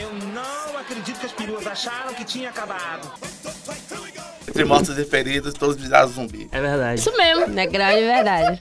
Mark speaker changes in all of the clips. Speaker 1: Eu não acredito que as peruas acharam que tinha acabado.
Speaker 2: Entre mortos e feridos, todos viraram zumbi.
Speaker 3: É verdade.
Speaker 4: Isso mesmo.
Speaker 5: Na grande é verdade.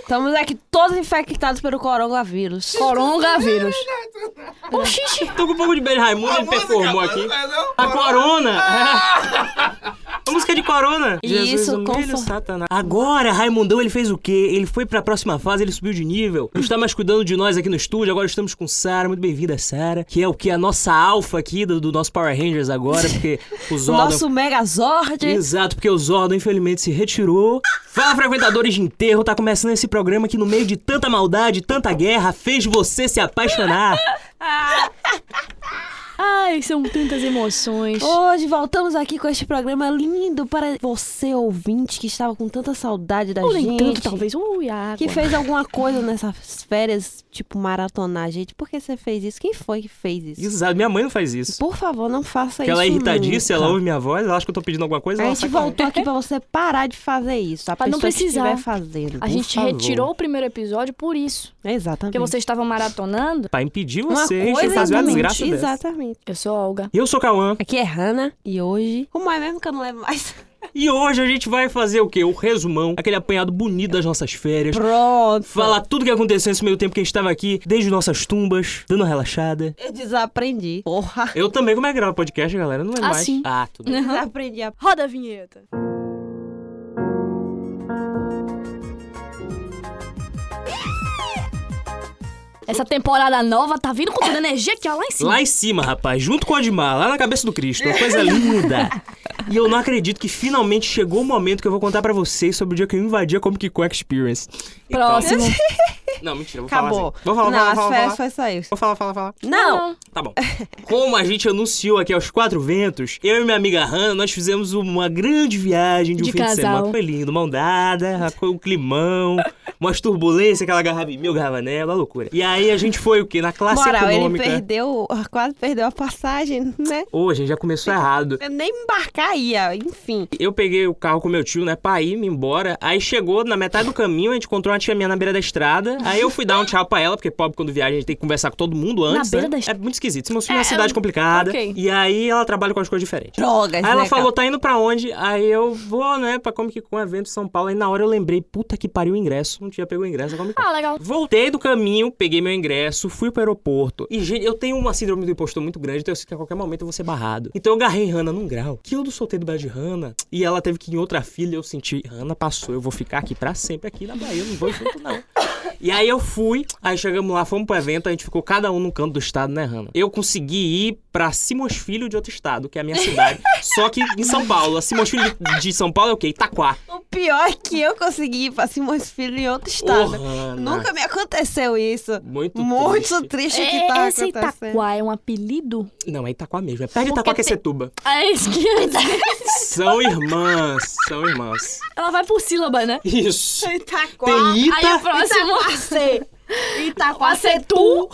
Speaker 5: Estamos aqui todos infectados pelo coronavírus.
Speaker 4: Coronavírus. Oxi,
Speaker 3: Tô com um pouco de Ben Raimundo, ele performou aqui. A Corona! A música é de Corona!
Speaker 5: Isso,
Speaker 3: humilha o
Speaker 5: confor-
Speaker 3: Satanás. Agora, Raimundão, ele fez o quê? Ele foi pra próxima fase, ele subiu de nível. Não está mais cuidando de nós aqui no estúdio, agora estamos com Sara. Muito bem-vinda, Sara. Que é o que? A nossa alfa aqui do, do nosso Power Rangers agora, porque o
Speaker 5: O
Speaker 3: Zordon...
Speaker 5: nosso Megazord.
Speaker 3: Exato, porque o Zordon, infelizmente, se retirou. Fala, frequentadores de enterro, tá começando esse programa que, no meio de tanta maldade, tanta guerra, fez você se apaixonar.
Speaker 4: Ai, são tantas emoções.
Speaker 5: Hoje voltamos aqui com este programa lindo para você, ouvinte, que estava com tanta saudade da
Speaker 4: Ou
Speaker 5: gente.
Speaker 4: nem tanto, talvez. Ui, água.
Speaker 5: Que fez alguma coisa nessas férias, tipo maratonar, gente. Por que você fez isso? Quem foi que fez isso?
Speaker 3: Exato, minha mãe não faz isso.
Speaker 5: Por favor, não faça
Speaker 3: Porque
Speaker 5: isso.
Speaker 3: ela é irritadiça,
Speaker 5: nunca.
Speaker 3: ela ouve minha voz, ela acha que eu tô pedindo alguma coisa.
Speaker 5: A
Speaker 3: ela
Speaker 5: gente
Speaker 3: sai
Speaker 5: voltou aqui pra você parar de fazer isso. A
Speaker 4: Pra não
Speaker 5: pessoa
Speaker 4: precisar.
Speaker 5: que estiver fazendo.
Speaker 4: A gente
Speaker 3: favor.
Speaker 4: retirou o primeiro episódio por isso.
Speaker 5: Exatamente.
Speaker 4: Porque vocês estavam maratonando.
Speaker 3: Pra impedir
Speaker 5: Uma
Speaker 3: vocês de
Speaker 5: coisa
Speaker 3: fazer uma
Speaker 5: exatamente.
Speaker 3: é desgraça dessa.
Speaker 5: Exatamente.
Speaker 4: Eu sou a Olga.
Speaker 3: E eu sou o Cauã.
Speaker 5: Aqui é Hannah e hoje. Como é mesmo que eu não lembro mais?
Speaker 3: E hoje a gente vai fazer o quê? O resumão, aquele apanhado bonito das nossas férias.
Speaker 5: Pronto.
Speaker 3: Falar tudo que aconteceu nesse meio tempo que a gente tava aqui, desde nossas tumbas, dando uma relaxada.
Speaker 5: Eu desaprendi. Porra.
Speaker 3: Eu também, como é que grava podcast, galera? Eu Não lembro
Speaker 4: Ah,
Speaker 3: mais.
Speaker 4: sim.
Speaker 3: Ah, tudo bem.
Speaker 5: Desaprendi a.
Speaker 4: Roda a vinheta. Essa temporada nova tá vindo com toda a energia que é lá em cima.
Speaker 3: Lá em cima, rapaz, junto com o Admar, lá na cabeça do Cristo. Uma coisa linda. E eu não acredito que finalmente chegou o momento que eu vou contar pra vocês sobre o dia que eu invadi a Comic Con Experience. Então-
Speaker 4: Próximo.
Speaker 3: Não, mentira, vou falar.
Speaker 5: Acabou.
Speaker 3: assim. Vou falar,
Speaker 5: não,
Speaker 3: falar,
Speaker 5: as
Speaker 3: falar,
Speaker 5: férias
Speaker 3: falar.
Speaker 5: foi só isso.
Speaker 3: Vou falar, falar, falar.
Speaker 5: Não.
Speaker 3: Tá bom. Como a gente anunciou aqui aos quatro ventos, eu e minha amiga Han, nós fizemos uma grande viagem de um
Speaker 4: De
Speaker 3: fim de
Speaker 4: casal.
Speaker 3: semana. Foi lindo, mão dada, o climão, umas turbulências que ela agarrava em mim, eu agarrava nela, uma loucura. E aí a gente foi Assim o quê? Na classe
Speaker 5: Moral, ele
Speaker 3: econômica.
Speaker 5: perdeu. Quase perdeu a passagem, né?
Speaker 3: Ô, a gente já começou errado.
Speaker 5: Eu nem embarcar ia, enfim.
Speaker 3: Eu peguei o carro com meu tio, né, pra ir me embora. Aí chegou na metade do caminho, a gente encontrou uma tia minha na beira da estrada. Aí eu fui dar um tchau pra ela, porque pobre quando viaja a gente tem que conversar com todo mundo antes.
Speaker 4: beira
Speaker 3: né?
Speaker 4: da estra-
Speaker 3: É muito esquisito. Se meu filho é
Speaker 4: É,
Speaker 3: uma cidade
Speaker 4: é-
Speaker 3: complicada.
Speaker 4: ok.
Speaker 3: E aí ela trabalha com as coisas diferentes.
Speaker 5: Drogas,
Speaker 3: Aí ela
Speaker 5: né,
Speaker 3: falou, tá indo pra onde? Aí eu vou, né, pra Comic Con evento em São Paulo. Aí na hora eu lembrei, puta que pariu o ingresso. Não tinha pego o ingresso da Comic Con.
Speaker 4: Ah, legal.
Speaker 3: Voltei do caminho, peguei meu ingresso, fui pro aeroporto. E, gente, eu tenho uma síndrome do impostor muito grande, então eu sei que a qualquer momento eu vou ser barrado. Então eu agarrei Hannah num grau, que eu do solteiro do bairro de Hannah, e ela teve que ir em outra filha, eu senti, Hannah passou, eu vou ficar aqui pra sempre aqui na Bahia, eu não vou junto não. E aí eu fui, aí chegamos lá, fomos pro evento, a gente ficou cada um num canto do estado, né, Hannah? Eu consegui ir pra Simões Filho de outro estado, que é a minha cidade, só que em São Paulo. A Simões Filho de- de São Paulo é o quê? Itaquá.
Speaker 5: cara? O pior é que eu consegui ir pra Simões Filho em outro estado.
Speaker 3: Ô, Hannah.
Speaker 5: Nunca me aconteceu isso.
Speaker 3: Muito
Speaker 5: Muito
Speaker 3: triste.
Speaker 5: triste,
Speaker 4: É,
Speaker 5: que tá
Speaker 4: esse
Speaker 5: acontecendo.
Speaker 4: Itaquá é um apelido?
Speaker 3: Não, é Itaquá mesmo. É perto de Itaquá que é Setuba.
Speaker 4: É isso que eu ia dizer.
Speaker 3: São irmãs, são irmãs.
Speaker 4: Ela vai por sílaba, né?
Speaker 3: Isso.
Speaker 5: Itaquá.
Speaker 3: Tem
Speaker 4: Aí o
Speaker 3: Ita.
Speaker 4: próximo.
Speaker 3: tá
Speaker 5: Itaquá.
Speaker 4: Acetu.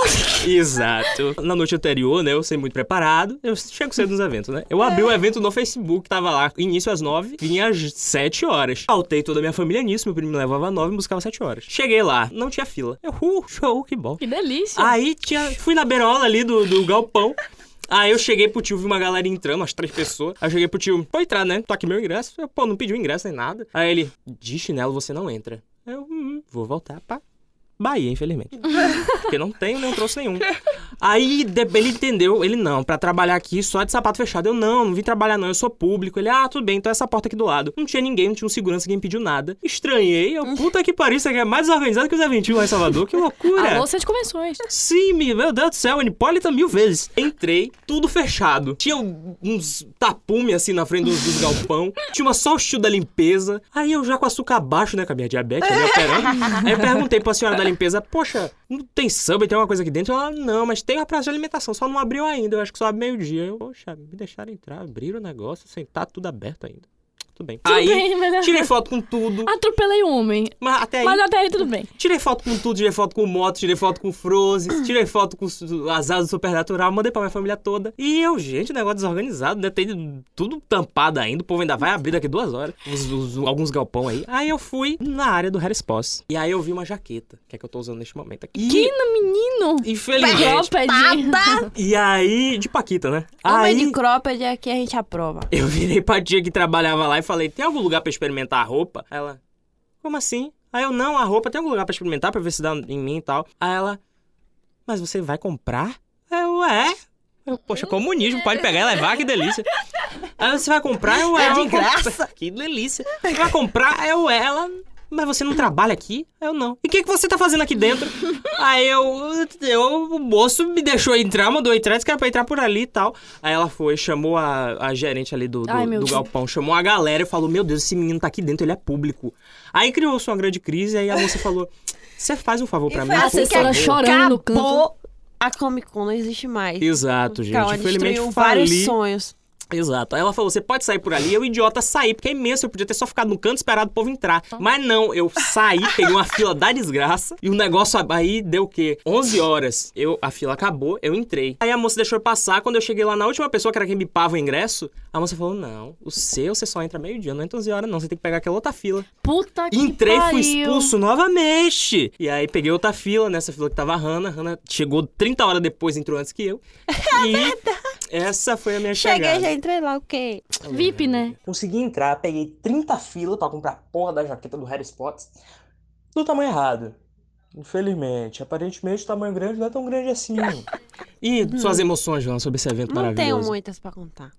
Speaker 3: Exato. Na noite anterior, né, eu sei muito preparado. Eu chego cedo nos eventos, né? Eu abri o evento no Facebook, tava lá, início às nove, vinha às sete horas. Altei toda a minha família nisso, meu primo me levava às nove e buscava às sete horas. Cheguei lá, não tinha fila. Eu, uh, show, que bom.
Speaker 4: Que delícia.
Speaker 3: Aí tinha, fui na beirola ali do, do galpão. Aí eu cheguei pro tio, vi uma galera entrando, umas três pessoas. Aí eu cheguei pro tio, pô, entrar, né? Tô aqui meu ingresso. Eu, pô, não pedi o ingresso nem nada. Aí ele, de chinelo você não entra. Eu, hum, vou voltar pra Bahia, infelizmente. Porque não tenho, não trouxe nenhum. Aí de- ele entendeu, ele, não, pra trabalhar aqui só de sapato fechado. Eu, não, não vim trabalhar não, eu sou público. Ele, ah, tudo bem, então é essa porta aqui do lado. Não tinha ninguém, não tinha um segurança, ninguém pediu nada. Estranhei, eu, puta que pariu, isso aqui é mais organizado que os eventinhos lá em Salvador, que loucura.
Speaker 4: Alô, sete é convenções.
Speaker 3: Sim, mi- meu Deus do céu, Hipólita mil vezes. Entrei, tudo fechado. Tinha um- uns tapume assim na frente dos, dos galpão. Tinha uma só o estilo da limpeza. Aí eu já com açúcar abaixo, né, com a minha diabetes, eu me operando. Aí eu perguntei pra senhora da limpeza, poxa, não tem samba, tem alguma coisa aqui dentro? Ela, não, mas tem a praça de alimentação, só não abriu ainda. Eu acho que só abre meio-dia. Eu, poxa, me deixaram entrar, abriram o negócio, sentar tudo tá aberto ainda. tudo bem.
Speaker 4: Tudo
Speaker 3: aí, tipo,
Speaker 4: bem, mas-
Speaker 3: tirei foto com tudo.
Speaker 4: Atropelei um homem.
Speaker 3: Mas até aí.
Speaker 4: Mas até aí tudo bem.
Speaker 3: Tirei foto com tudo, tirei foto com moto, tirei foto com Frozen, tirei foto com su- as asas do supernatural, mandei pra minha família toda. E eu, gente, negócio desorganizado, né? Tem tudo tampado ainda, o povo ainda vai abrir daqui duas horas. os- os- alguns galpão aí. Aí eu fui na área do Harry Potter. E aí eu vi uma jaqueta, que é que eu tô usando neste momento aqui.
Speaker 4: Que no menino?
Speaker 3: Infelizmente.
Speaker 4: Cropped.
Speaker 3: E aí, de Paquita, né?
Speaker 5: Homem
Speaker 3: aí
Speaker 5: de cropped aqui a gente aprova.
Speaker 3: eu virei pra tia que trabalhava lá e falei: tem algum lugar pra experimentar a roupa? Aí Ela, como assim? Aí eu, não, a roupa tem algum lugar pra experimentar pra ver se dá em mim e tal. Aí ela, mas você vai comprar? Aí eu, é. Eu, Poxa, comunismo, pode pegar e levar, que delícia. Aí você vai comprar, eu, é.
Speaker 5: de
Speaker 3: eu vou- Que delícia. Você vai comprar, eu, é. Ela, mas você não trabalha aqui? Aí Eu, não. E o que, que você tá fazendo aqui dentro? Aí eu, eu, o moço me deixou entrar, mandou eu entrar, disse que era pra entrar por ali e tal. Aí ela foi, chamou a, a gerente ali do, do,
Speaker 4: Ai, meu
Speaker 3: do
Speaker 4: Deus.
Speaker 3: galpão, chamou a galera e falou: Meu Deus, esse menino tá aqui dentro, ele é público. Aí criou-se uma grande crise, aí a moça falou: Você faz um favor pra mim?
Speaker 5: foi
Speaker 3: por
Speaker 4: A
Speaker 3: favor."
Speaker 4: assessora chorando no canto.
Speaker 5: Pô, a Comic Con não existe mais.
Speaker 3: Exato, gente.
Speaker 5: Calma,
Speaker 3: Infelizmente
Speaker 5: destruiu vários
Speaker 3: fali. Tá
Speaker 5: sonhos.
Speaker 3: Exato. Aí ela falou: você pode sair por ali. Eu, idiota, saí, porque é imenso. Eu podia ter só ficado no canto esperado o povo entrar.
Speaker 4: Tá.
Speaker 3: Mas não, eu saí, peguei uma fila da desgraça. E o negócio ab- aí deu o quê? 11 horas. Eu, a fila acabou, eu entrei. Aí a moça deixou eu passar. Quando eu cheguei lá na última pessoa, que era quem me pava o ingresso, a moça falou: não, o seu você só entra meio-dia, não entra 11 horas, não. Você tem que pegar aquela outra fila.
Speaker 4: Puta que
Speaker 3: Entrei,
Speaker 4: pariu.
Speaker 3: fui expulso novamente. E aí peguei outra fila, nessa fila que tava a Hannah. Hannah chegou 30 horas depois, entrou antes que eu.
Speaker 4: É
Speaker 3: E essa foi a minha
Speaker 5: Cheguei,
Speaker 3: chegada.
Speaker 5: já entrei lá, o quê?
Speaker 3: Tá
Speaker 4: VIP, né?
Speaker 3: Consegui entrar, peguei 30 filas pra comprar a porra da jaqueta do Harry Potter do tamanho errado. Infelizmente, aparentemente o tamanho grande não é tão grande assim. E suas emoções, João, sobre esse evento
Speaker 5: Não tenho
Speaker 3: maravilhoso?
Speaker 5: muitas pra contar.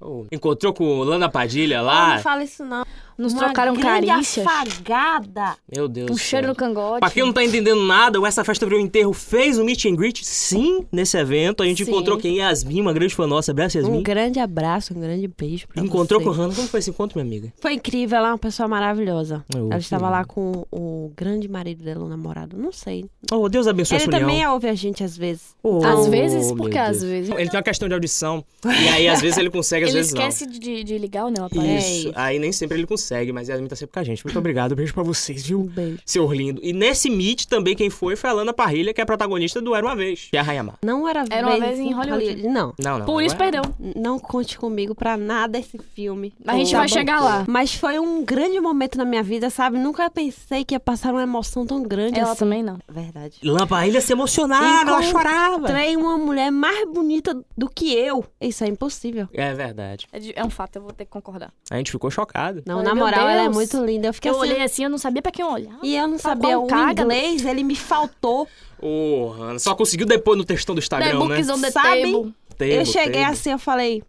Speaker 3: Oh, Encontrou com o Lana Padilha
Speaker 5: Ah,
Speaker 3: lá?
Speaker 5: não fala isso não.
Speaker 4: Nos
Speaker 5: Uma
Speaker 4: trocaram
Speaker 5: grande
Speaker 4: carícias.
Speaker 5: afagada.
Speaker 3: Meu Deus.
Speaker 4: Um
Speaker 3: do
Speaker 4: cheiro
Speaker 3: céu.
Speaker 4: no cangote.
Speaker 3: Pra quem não tá entendendo nada, o Essa Festa Virou Enterro fez o meet and greet, sim, nesse evento. A gente
Speaker 4: Sim.
Speaker 3: encontrou quem? Yasmin, uma grande fã nossa. Abraço,
Speaker 5: Um
Speaker 3: Yasmin.
Speaker 5: grande abraço, um grande beijo pra
Speaker 3: Encontrou
Speaker 5: você.
Speaker 3: com o Hannah. Como foi esse encontro, minha amiga?
Speaker 5: Foi incrível, ela é uma pessoa maravilhosa.
Speaker 3: Eu
Speaker 5: Ela estava
Speaker 3: fui.
Speaker 5: lá com o grande marido dela, o namorado. Não sei.
Speaker 3: Oh, Deus abençoe a
Speaker 5: Ele
Speaker 3: sua união.
Speaker 5: também é ouve a gente às vezes.
Speaker 3: Oh,
Speaker 4: Às vezes?
Speaker 3: meu
Speaker 4: Por que às
Speaker 3: Deus.
Speaker 4: vezes?
Speaker 3: Ele tem uma questão de audição. E aí, às vezes, ele consegue, às
Speaker 4: Ele
Speaker 3: vezes
Speaker 4: esquece de, de ligar o É, Nela
Speaker 3: não.
Speaker 4: Parede.
Speaker 3: Isso. Aí nem sempre ele consegue, mas Yasmin tá sempre com a gente. Muito obrigado, beijo pra vocês,
Speaker 5: Um
Speaker 3: viu?
Speaker 5: beijo.
Speaker 3: Seu Orlindo. E nesse meet também quem foi foi a Lana Parrilha, que é a protagonista do Era Uma Vez. Que é a Hayama.
Speaker 5: Não era,
Speaker 4: Era uma vez em Hollywood.
Speaker 5: Não.
Speaker 3: Não, não.
Speaker 4: Por
Speaker 3: não
Speaker 4: isso
Speaker 3: é-
Speaker 4: perdeu.
Speaker 5: Não conte comigo pra nada esse filme.
Speaker 4: A gente
Speaker 5: Tá
Speaker 4: vai
Speaker 5: bom?
Speaker 4: chegar lá.
Speaker 5: Mas foi um grande momento na minha vida, sabe? Nunca pensei que ia passar uma emoção tão grande
Speaker 4: Ela
Speaker 5: assim.
Speaker 4: também não.
Speaker 5: Verdade.
Speaker 3: Lana Parrilha se emocionava, ela
Speaker 5: Encontrei
Speaker 3: chorava.
Speaker 5: Trei uma mulher mais bonita do que eu. Isso é impossível.
Speaker 3: É verdade.
Speaker 4: É, de- é um fato, eu vou ter que concordar.
Speaker 3: A gente ficou chocado.
Speaker 5: Não,
Speaker 4: Ai,
Speaker 5: na
Speaker 4: meu
Speaker 5: moral, ela é
Speaker 4: Deus.
Speaker 5: muito linda. Eu fiquei
Speaker 4: eu
Speaker 5: assim.
Speaker 4: olhei assim, eu não sabia pra quem olhar.
Speaker 5: E eu não
Speaker 4: Tá
Speaker 5: sabia
Speaker 4: com
Speaker 5: o
Speaker 4: caga.
Speaker 5: inglês, ele me faltou.
Speaker 3: Ô, Hannah, só conseguiu depois no textão do
Speaker 4: The
Speaker 3: Instagram, né?
Speaker 4: books on the
Speaker 5: Sabe?
Speaker 4: table.
Speaker 3: Table,
Speaker 5: eu cheguei
Speaker 3: table.
Speaker 5: assim, eu falei,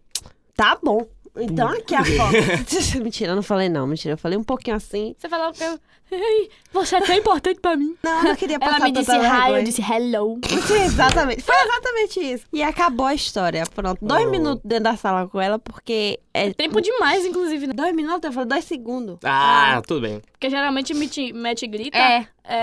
Speaker 5: tá bom. Então aqui a foto. mentira, eu não falei não, mentira. Eu falei um pouquinho assim.
Speaker 4: Você falou que eu... Ei, você é tão importante pra mim.
Speaker 5: Não, eu não queria passar
Speaker 4: Ela me disse
Speaker 5: tanta
Speaker 4: hi, eu
Speaker 5: vergonha.
Speaker 4: disse hello.
Speaker 5: Exatamente. Foi exatamente isso. E acabou a história. Pronto. Dois
Speaker 3: Oh.
Speaker 5: minutos dentro da sala com ela, porque. É...
Speaker 4: Tempo demais, inclusive, né?
Speaker 5: Dois minutos? Eu falei, dois segundos.
Speaker 3: Ah, tudo bem.
Speaker 4: Porque geralmente mete, mete e grita.
Speaker 5: É.
Speaker 4: É.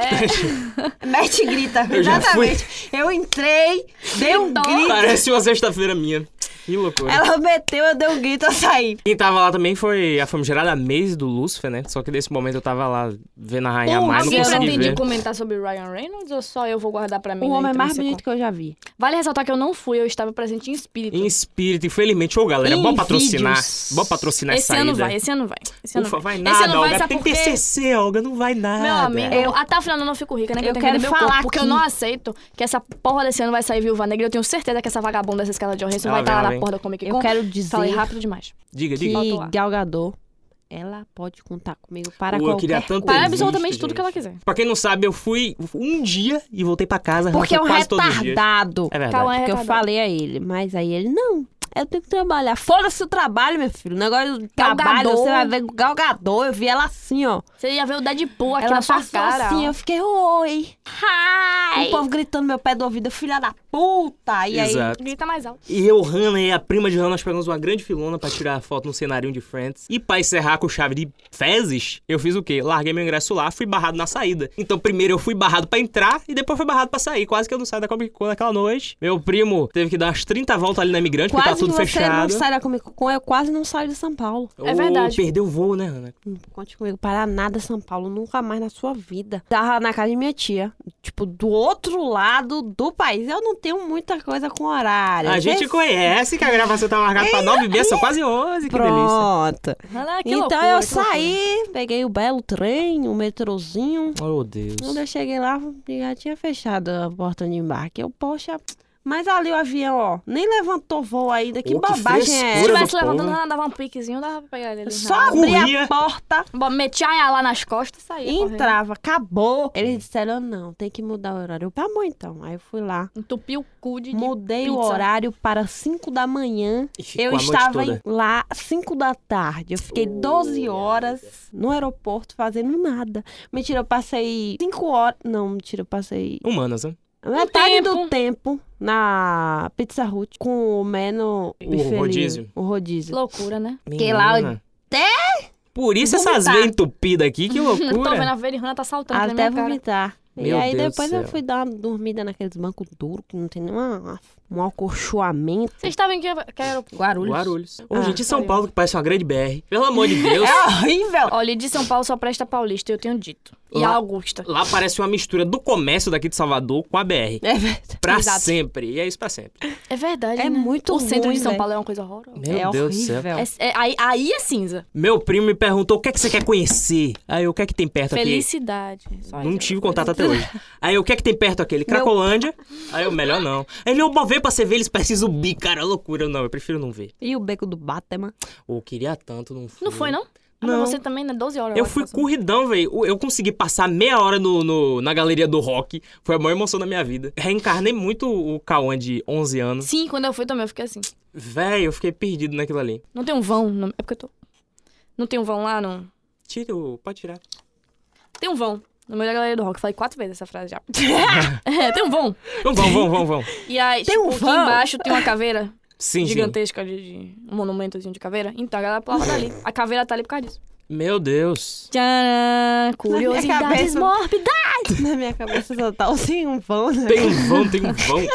Speaker 5: Ah, Mete e grita.
Speaker 3: Eu já fui.
Speaker 5: Exatamente. Eu entrei, dei um
Speaker 4: Gritou.
Speaker 5: grito.
Speaker 3: Parece uma sexta-feira minha. Que loucura.
Speaker 5: Ela meteu, eu dei um grito, eu saí.
Speaker 3: Quem tava lá também foi a famigerada Maze do Lúcifer, né? Só que nesse momento eu tava lá vendo a rainha mais, não
Speaker 4: Alguém
Speaker 3: consegui
Speaker 4: pretende
Speaker 3: ver.
Speaker 4: comentar sobre Ryan Reynolds ou só eu vou guardar pra mim? né? Então
Speaker 5: O
Speaker 4: na
Speaker 5: homem mais
Speaker 4: intrínseca?
Speaker 5: bonito que eu já vi.
Speaker 4: é Vale ressaltar que eu não fui, eu estava presente em espírito.
Speaker 3: Em espírito, infelizmente. Ô, galera,
Speaker 5: Em
Speaker 3: bora patrocinar.
Speaker 5: vídeos.
Speaker 3: Bora
Speaker 5: é
Speaker 3: patrocinar
Speaker 4: esse
Speaker 3: essa
Speaker 4: ano
Speaker 3: ida.
Speaker 4: vai, esse ano vai. Esse ano
Speaker 3: Ufa, vai
Speaker 4: Esse
Speaker 3: nada,
Speaker 4: ano vai,
Speaker 3: Olga.
Speaker 4: sabe
Speaker 3: Tem
Speaker 4: por quê?
Speaker 3: TCC, Olga, não vai nada.
Speaker 4: Meu amigo, até o final do ano eu não fico rica, né? Que eu,
Speaker 5: Eu
Speaker 4: tenho que
Speaker 5: quero
Speaker 4: vender meu
Speaker 5: falar
Speaker 4: corpo, porque eu
Speaker 5: aqui.
Speaker 4: não aceito que essa porra desse ano vai sair viúva negra. Eu tenho certeza que essa vagabunda dessa escala de Johansson
Speaker 3: Ela
Speaker 4: vai
Speaker 3: vem,
Speaker 4: estar
Speaker 3: ela
Speaker 4: lá
Speaker 3: vem.
Speaker 4: na porra da Comic Con.
Speaker 5: é Eu quero
Speaker 4: Falei
Speaker 5: dizer
Speaker 4: rápido demais.
Speaker 3: Diga, diga.
Speaker 5: que
Speaker 4: Faltou ar.
Speaker 5: Galgador, ela pode contar comigo para
Speaker 3: Pô, eu
Speaker 5: qualquer
Speaker 3: queria tanto
Speaker 5: coisa.
Speaker 4: Para
Speaker 3: Existe,
Speaker 4: absolutamente tudo
Speaker 3: gente.
Speaker 4: que ela quiser.
Speaker 3: Pra quem não sabe, eu fui um dia e voltei pra casa.
Speaker 5: Porque é
Speaker 3: foi
Speaker 5: um
Speaker 3: quase todos os dias.
Speaker 5: retardado.
Speaker 3: É verdade.
Speaker 4: Cauã é
Speaker 5: Porque eu
Speaker 4: retardado.
Speaker 5: falei a ele, mas aí ele, não, eu tenho que trabalhar. Foda-se o trabalho, meu filho. O negócio do
Speaker 4: Galgador.
Speaker 5: trabalho, você vai ver galgador. Eu vi ela assim, ó.
Speaker 4: Você ia ver o Deadpool aqui
Speaker 5: ela
Speaker 4: na sua
Speaker 5: passou
Speaker 4: cara.
Speaker 5: assim,
Speaker 4: ó.
Speaker 5: eu fiquei, oi.
Speaker 4: Ai!
Speaker 5: O povo gritando no meu pé do ouvido, filha da puta. E aí,
Speaker 3: Exato.
Speaker 4: Grita mais alto.
Speaker 3: E eu, Hannah e a prima de Hannah, nós pegamos uma grande filona pra tirar foto num cenário de Friends. E pra encerrar com chave de fezes, eu fiz o quê? Larguei meu ingresso lá, fui barrado na saída. Então, primeiro eu fui barrado pra entrar e depois fui barrado pra sair. Quase que eu não saí da Comic Con naquela noite. Meu primo teve que dar umas 30 voltas ali na imigrante, porque tava
Speaker 5: quase
Speaker 3: tudo
Speaker 5: que você não
Speaker 3: fechado.
Speaker 5: sai da Comic Con, eu quase não saio de São Paulo.
Speaker 4: É verdade.
Speaker 3: Perdeu o voo, né, Ana?
Speaker 5: Não conte comigo para nada, São Paulo, nunca mais na sua vida. Tava na casa de minha tia, tipo, do outro lado do país. Eu não tenho muita coisa com horário.
Speaker 3: A gente
Speaker 5: Esse-
Speaker 3: conhece que a gravação tá marcada pra 9 h são quase 11, que delícia.
Speaker 5: Pronto.
Speaker 4: Ah, que
Speaker 5: então
Speaker 4: loucura,
Speaker 5: eu
Speaker 4: que loucura.
Speaker 5: saí, peguei o belo trem, o metrozinho.
Speaker 3: Oh, Deus.
Speaker 5: Quando eu cheguei lá, já tinha fechado a porta de embarque. Eu, poxa, mas ali o avião, ó, nem levantou voo ainda. Que
Speaker 3: Ô, que
Speaker 5: bobagem é
Speaker 4: Se
Speaker 3: frescura.
Speaker 5: essa?
Speaker 4: tivesse
Speaker 3: do povo.
Speaker 4: levantando, ela dava um piquezinho, dava pra pegar ele. ali. né?
Speaker 5: Só
Speaker 4: Nada.
Speaker 5: abri
Speaker 3: Corria.
Speaker 5: a porta
Speaker 4: Bom, metia ela lá nas costas e saía. correndo.
Speaker 5: Entrava, acabou. Eles disseram, não, tem que mudar o horário. Eu, Tá bom, então. Aí eu fui lá.
Speaker 4: Entupiu o cu de. de-
Speaker 5: Mudei o
Speaker 4: pizza.
Speaker 5: horário para 5 da manhã.
Speaker 3: E ficou
Speaker 5: Eu
Speaker 3: a noite
Speaker 5: estava
Speaker 3: toda.
Speaker 5: em- lá 5 da tarde. Eu fiquei 12 horas no aeroporto fazendo nada. Mentira, eu passei 5 horas. Não, mentira, eu passei
Speaker 3: Humanas, né?
Speaker 5: metade
Speaker 4: Um tempo.
Speaker 5: do tempo na Pizza Hut com o Meno.
Speaker 3: O
Speaker 5: Bifelinho,
Speaker 3: rodízio.
Speaker 5: O rodízio.
Speaker 4: Loucura, né?
Speaker 5: Fiquei lá,
Speaker 3: Menina. Por isso essas
Speaker 5: Vomitar.
Speaker 3: veias entupidas aqui, que
Speaker 4: Tô vendo
Speaker 3: loucura.
Speaker 4: a Verihana tá saltando na
Speaker 5: Até
Speaker 4: minha cara.
Speaker 5: vomitar. e
Speaker 3: Meu
Speaker 5: aí
Speaker 3: Deus do
Speaker 5: depois
Speaker 3: céu.
Speaker 5: eu fui dar uma dormida naqueles bancos duros que não tem nenhuma um acolchoamento.
Speaker 4: Vocês estavam em que, que aeroporto?
Speaker 5: Guarulhos.
Speaker 3: Guarulhos. Ô,
Speaker 5: Ah,
Speaker 3: gente, em São Paulo, que parece uma grande BR. Pelo amor de Deus.
Speaker 5: É horrível!
Speaker 4: Olha, de São Paulo só presta paulista, eu tenho dito. E
Speaker 3: Lá-
Speaker 4: a Augusta.
Speaker 3: Lá parece uma mistura do comércio daqui de Salvador com a BR.
Speaker 5: É verdade.
Speaker 3: Pra
Speaker 4: Exato.
Speaker 3: sempre. E é isso pra sempre.
Speaker 4: É verdade,
Speaker 5: É
Speaker 4: né?
Speaker 5: muito
Speaker 4: O centro
Speaker 5: ruim,
Speaker 4: de São
Speaker 5: velho.
Speaker 4: Paulo é uma coisa horrorosa.
Speaker 3: Meu
Speaker 5: é
Speaker 3: Deus
Speaker 5: horrível.
Speaker 3: do céu.
Speaker 4: É- é- aí, aí é cinza.
Speaker 3: Meu primo me perguntou o que é que você quer conhecer. Aí eu, o que é que tem perto aqui?
Speaker 4: Felicidade. Só
Speaker 3: Não
Speaker 4: isso.
Speaker 3: tive contato até hoje. Aí eu, o que é que tem perto aqui? Ele, Cracolândia. Aí eu, melhor não. Ele, eu vou ver pra você ver, eles precisam zumbi, cara. Loucura. Eu, Não, eu prefiro não ver.
Speaker 5: E o beco do Batman?
Speaker 3: Ou queria tanto, não fui.
Speaker 4: Não foi, não? Ah,
Speaker 3: Não.
Speaker 4: mas você também, né? 12 horas.
Speaker 3: Eu
Speaker 4: acho,
Speaker 3: fui
Speaker 4: passando.
Speaker 3: corridão, velho. Eu consegui passar meia hora no, no- na galeria do rock. Foi a maior emoção da minha vida. Reencarnei muito o Cauã de 11 anos.
Speaker 4: Sim, quando eu fui também, eu fiquei assim.
Speaker 3: Velho, eu fiquei perdido naquilo ali.
Speaker 4: Não tem um vão. Não... É porque eu tô. Não tem um vão lá, não.
Speaker 3: Tira, o- pode tirar.
Speaker 4: Tem um vão. No meio da galeria do rock. Eu Falei quatro vezes essa frase já. é, tem um vão.
Speaker 3: Então vamos, vamos, vamos, vamos.
Speaker 4: E aí,
Speaker 5: Tem
Speaker 4: tipo,
Speaker 5: um
Speaker 4: aqui
Speaker 5: vão?
Speaker 4: embaixo tem uma caveira
Speaker 3: Sim, sim.
Speaker 4: gigantesca de, de- Um monumentozinho de caveira. Então a galera pulava dali. A caveira tá ali por causa disso.
Speaker 3: Meu Deus.
Speaker 4: Tcharam! Curiosidades
Speaker 5: cabeça-
Speaker 4: mórbidas.
Speaker 5: Na minha cabeça só tá assim um vão, né?
Speaker 3: Tem um vão, tem um vão.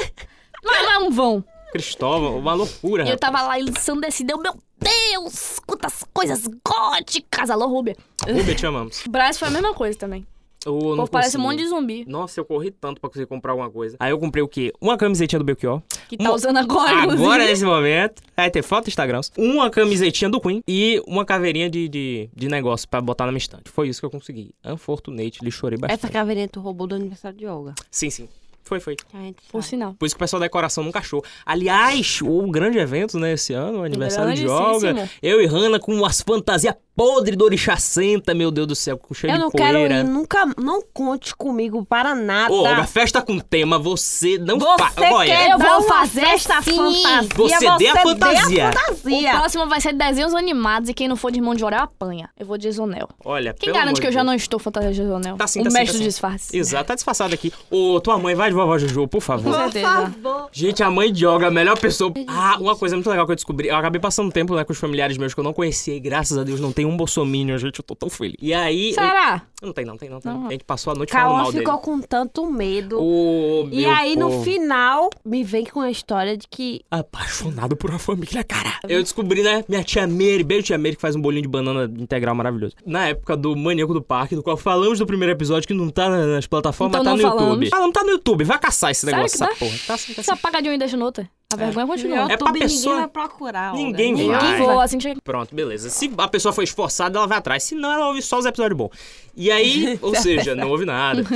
Speaker 4: Não é um vão.
Speaker 3: Cristóvão, uma loucura.
Speaker 4: E eu
Speaker 3: rapaz.
Speaker 4: tava lá ensandecida. eu, Meu Deus, quantas coisas góticas. Alô, Rubia.
Speaker 3: Rubia, te amamos.
Speaker 4: Brás foi a mesma coisa também.
Speaker 3: Ou
Speaker 4: O povo parece um monte de zumbi
Speaker 3: Nossa, eu corri tanto pra conseguir comprar alguma coisa. Aí eu comprei o quê? Uma camisetinha do Belchior.
Speaker 4: que tá
Speaker 3: Mo-
Speaker 4: usando agora, é
Speaker 3: Agora,
Speaker 4: inclusive.
Speaker 3: nesse momento, vai ter foto do Instagram. Uma camisetinha do Queen e uma caveirinha de, de, de negócio pra botar na minha estante. Foi isso que eu consegui. Unfortunate, lhe chorei bastante.
Speaker 5: Essa caveirinha tu roubou do aniversário de Olga.
Speaker 3: Sim, sim. Foi, foi.
Speaker 5: Que a gente
Speaker 4: Por
Speaker 5: sabe.
Speaker 4: sinal.
Speaker 3: Por isso que o pessoal da decoração nunca achou. Aliás, o grande evento, né, esse ano, o aniversário de Olga.
Speaker 4: Grandíssimo.
Speaker 3: Eu e Hanna com as fantasias podres do Orixá Senta, meu Deus do céu, com cheio
Speaker 5: Eu
Speaker 3: de
Speaker 5: não
Speaker 3: poeira.
Speaker 5: quero ir, nunca, não conte comigo para nada.
Speaker 3: Ô, Olga, festa com tema, você não faz.
Speaker 5: você quer
Speaker 4: Eu vou
Speaker 5: dar uma
Speaker 4: fazer
Speaker 5: festa
Speaker 4: sim.
Speaker 5: fantasia,
Speaker 3: Você dê a fantasia.
Speaker 4: O
Speaker 5: fantasia.
Speaker 4: próximo vai ser desenhos animados e quem não for de irmão de Jorel apanha. Eu vou de Isonel.
Speaker 3: Olha,
Speaker 4: Quem
Speaker 3: pelo amor
Speaker 4: garante
Speaker 3: de
Speaker 4: que eu já
Speaker 3: Deus.
Speaker 4: não estou fantasiada de Isonel?
Speaker 3: Tá sim,
Speaker 4: o
Speaker 3: tá sim,
Speaker 4: mestre
Speaker 3: tá sim.
Speaker 4: do disfarce.
Speaker 3: Exato, tá disfarçado aqui. Ô, tua mãe, vai de vovó Juju, por favor.
Speaker 4: Com certeza.
Speaker 3: Gente, a mãe de Olga, é a melhor pessoa. Ah, uma coisa muito legal que eu descobri. Eu acabei passando tempo né, com os familiares meus que eu não conhecia e graças a Deus não tem um bolsominion, gente. Eu tô tão feliz. E aí.
Speaker 4: Será?
Speaker 3: eu- Não tem, não, tem, não. Tem.
Speaker 4: é- Não.
Speaker 3: A gente passou a noite falando
Speaker 5: Calma
Speaker 3: mal
Speaker 5: ficou
Speaker 3: dele.
Speaker 5: com tanto medo.
Speaker 3: Ô,
Speaker 5: e
Speaker 3: meu
Speaker 5: aí, no
Speaker 3: povo.
Speaker 5: final, me vem com a história de que
Speaker 3: Apaixonado por uma família, cara. Eu descobri, né? Minha tia Mary, beijo tia Mary, que faz um bolinho de banana integral maravilhoso. Na época do Maníaco do Parque, do qual falamos do primeiro episódio, que não tá na- nas plataformas,
Speaker 4: Então
Speaker 3: tá
Speaker 4: não
Speaker 3: no YouTube.
Speaker 4: falamos.
Speaker 3: Ah, não tá no YouTube, vai caçar esse
Speaker 4: Sério
Speaker 3: negócio,
Speaker 4: que
Speaker 3: essa
Speaker 4: dá?
Speaker 3: porra. Tá assim, tá
Speaker 4: Se
Speaker 3: assim.
Speaker 4: apagar de um e deixa no outro, a vergonha continua.
Speaker 5: no
Speaker 3: É pra
Speaker 5: YouTube
Speaker 3: pessoa-
Speaker 5: ninguém vai procurar. Olga.
Speaker 3: Ninguém
Speaker 4: Ninguém
Speaker 3: vai.
Speaker 4: voa, assim, chega...
Speaker 3: Pronto, beleza. Se a pessoa foi esforçada, ela vai atrás. Se não, ela ouve só os episódios bons. E aí, ou seja, não ouve nada.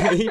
Speaker 3: E aí,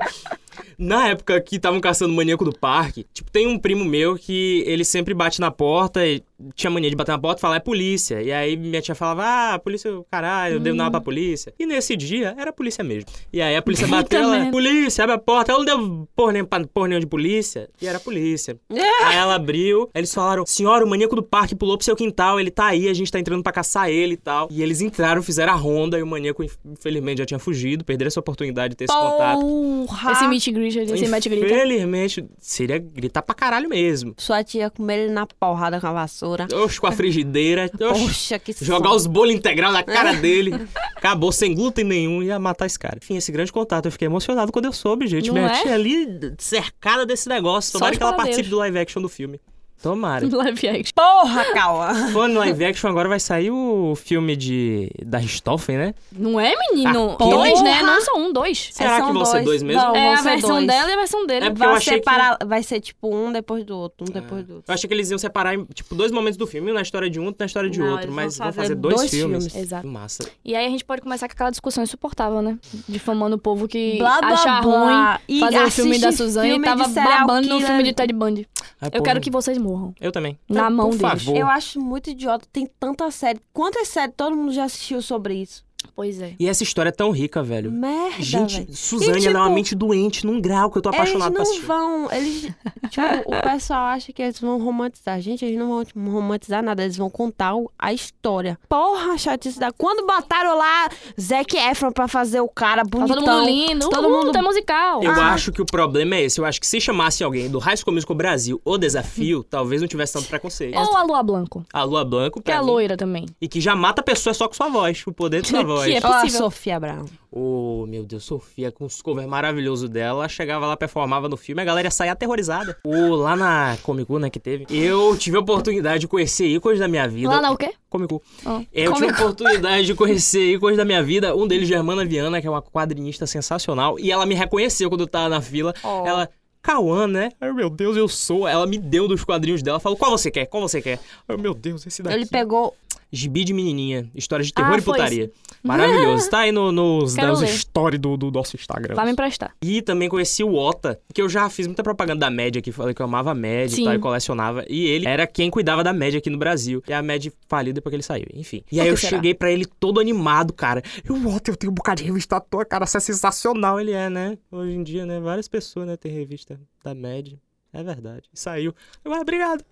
Speaker 3: na época que estavam caçando o maníaco do parque, tipo, tem um primo meu que ele sempre bate na porta e tinha mania de bater na porta e falar é polícia. E aí minha tia falava, ah, a polícia, caralho, eu devo nada pra polícia. E nesse dia, era polícia mesmo. E aí a polícia bateu,
Speaker 4: Puta
Speaker 3: ela,
Speaker 4: merda.
Speaker 3: polícia, abre a porta. Ela não deu porra nenhuma pra- porra nenhuma de polícia. E era polícia. Aí ela abriu, aí eles falaram: Senhora, o maníaco do parque pulou pro seu quintal, ele tá aí, a gente tá entrando pra caçar ele e tal. E eles entraram, fizeram a ronda, e o maníaco, infelizmente, já tinha fugido, perderam essa oportunidade de ter esse contato.
Speaker 5: Porra!
Speaker 4: Esse meet and greet, ali, esse meet and greet.
Speaker 3: Infelizmente, seria gritar pra caralho mesmo.
Speaker 5: Sua tia comer ele na porrada com a vassoura.
Speaker 3: Oxe, com a frigideira. Oxe.
Speaker 5: Poxa, que
Speaker 3: Jogar
Speaker 5: saco.
Speaker 3: os bolos integral na cara dele. Acabou sem glúten nenhum ia matar esse cara. Enfim, esse grande contato. Eu fiquei emocionado quando eu soube, gente.
Speaker 4: Não
Speaker 3: Minha
Speaker 4: é?
Speaker 3: tia ali cercada desse negócio.
Speaker 4: Só
Speaker 3: Tomara
Speaker 4: os
Speaker 3: que ela
Speaker 4: paradeiros.
Speaker 3: participe do live action do filme. Tomara.
Speaker 4: Live action.
Speaker 5: Porra, Cauã!
Speaker 3: Falando em live action, agora vai sair o filme de da Richthofen, né?
Speaker 4: Não é, menino?
Speaker 3: Ah,
Speaker 5: porra!
Speaker 4: dois, né? Não são um, dois.
Speaker 3: Será
Speaker 5: são
Speaker 3: que vão ser dois mesmo?
Speaker 5: Não,
Speaker 4: é
Speaker 5: vão
Speaker 4: a
Speaker 5: ser
Speaker 4: versão
Speaker 5: dois.
Speaker 4: dela e a versão dele.
Speaker 3: É porque eu
Speaker 5: Vai ser,
Speaker 3: achei que... É.
Speaker 5: para... vai ser tipo um depois do outro, um depois do outro.
Speaker 3: Eu achei que eles iam separar, em, tipo, dois momentos do filme, um na história de um, outro na história de
Speaker 5: Não,
Speaker 3: outro.
Speaker 5: eles
Speaker 3: Mas
Speaker 5: vão
Speaker 3: vão
Speaker 5: fazer
Speaker 3: fazer dois,
Speaker 5: dois
Speaker 3: filmes.
Speaker 5: filmes.
Speaker 4: Exato.
Speaker 3: Massa.
Speaker 4: E aí a gente pode começar com aquela discussão insuportável, né? Difamando o povo que
Speaker 5: Blá, blá,
Speaker 4: acha
Speaker 5: blá.
Speaker 4: ruim
Speaker 5: E
Speaker 4: fazer o filme
Speaker 5: assiste
Speaker 4: da Suzane e
Speaker 5: um filme
Speaker 4: tava
Speaker 5: de serial
Speaker 4: babando no
Speaker 5: killer.
Speaker 4: filme de Ted Bundy.
Speaker 3: Ai,
Speaker 4: Eu
Speaker 3: porra.
Speaker 4: quero que vocês morram.
Speaker 3: Ah, Eu também.
Speaker 4: Na
Speaker 3: É Por
Speaker 4: mão deles.
Speaker 3: favor.
Speaker 5: Eu acho muito idiota, tem tanta série. Quantas séries todo mundo já assistiu sobre isso?
Speaker 4: Pois é.
Speaker 3: E essa história é tão rica, velho.
Speaker 5: Merda,
Speaker 3: Gente,
Speaker 5: velho.
Speaker 3: Suzane,
Speaker 5: E, tipo, É,
Speaker 3: ela é uma mente doente num grau que eu tô
Speaker 5: Eles
Speaker 3: apaixonado pra
Speaker 5: não
Speaker 3: assistir.
Speaker 5: vão, eles, tipo, o pessoal acha que eles vão romantizar. Gente, eles não vão tipo, romantizar nada, eles vão contar o- a história. Porra, chatice da... Quando botaram lá Zac Efron pra fazer o cara
Speaker 4: Tá
Speaker 5: bonitão.
Speaker 4: todo mundo lindo. Uhum,
Speaker 5: todo
Speaker 4: tá Todo mundo
Speaker 5: mundo-
Speaker 4: tem musical.
Speaker 3: Então, Eu acho que o problema é esse. Eu acho que se chamasse alguém do High School Musical Brasil ou Desafio, talvez não tivesse tanto preconceito.
Speaker 4: Ou a Lua Blanco,
Speaker 3: A Lua Blanco,
Speaker 4: É que
Speaker 3: pra
Speaker 4: é
Speaker 3: mim,
Speaker 4: loira também.
Speaker 3: e que já mata a pessoa só com sua voz, o poder de sua
Speaker 4: Que
Speaker 3: voz.
Speaker 4: é-
Speaker 5: Ó, a
Speaker 4: possível.
Speaker 5: Sofia Brown.
Speaker 3: Oh, meu Deus, Sofia, com os covers maravilhosos dela, ela chegava lá, performava no filme, a galera saía aterrorizada. Ô, lá na Comic Con, né, que teve, eu tive a oportunidade de conhecer ícones da minha vida.
Speaker 4: Lá na o quê?
Speaker 3: Comic Con.
Speaker 4: Ah.
Speaker 3: Eu
Speaker 5: Comic
Speaker 3: tive a oportunidade de conhecer ícones da minha vida, um deles, Germana Viana, que é uma quadrinista sensacional, e ela me reconheceu quando eu tava na fila. Ela... Cauã, né? Ai, meu Deus, eu sou. Ela me deu dos quadrinhos dela. Falou, qual você quer? Qual você quer? Ai, meu Deus, esse daqui.
Speaker 5: Ele pegou
Speaker 3: Gibi de menininha. Histórias de terror
Speaker 4: Ah,
Speaker 3: e
Speaker 4: foi
Speaker 3: putaria. Maravilhoso. Tá aí no, nos,
Speaker 4: Quero
Speaker 3: nos
Speaker 4: ler.
Speaker 3: stories do, do nosso Instagram.
Speaker 4: Vai me emprestar.
Speaker 3: E também conheci o Ota, que eu já fiz muita propaganda da Média aqui, falei que eu amava a Média
Speaker 4: Sim.
Speaker 3: e tal, e colecionava. E ele era quem cuidava da Média aqui no Brasil. E a Média faliu depois que ele saiu, enfim. E aí
Speaker 4: que
Speaker 3: eu
Speaker 4: será?
Speaker 3: cheguei pra ele todo animado, cara. E o Ota, eu tenho um bocado de revista à toa, cara, isso é sensacional. Ele é, né? Hoje em dia, né? Várias pessoas, né, têm revista da Média. É verdade. E saiu. Eu, ah, obrigado.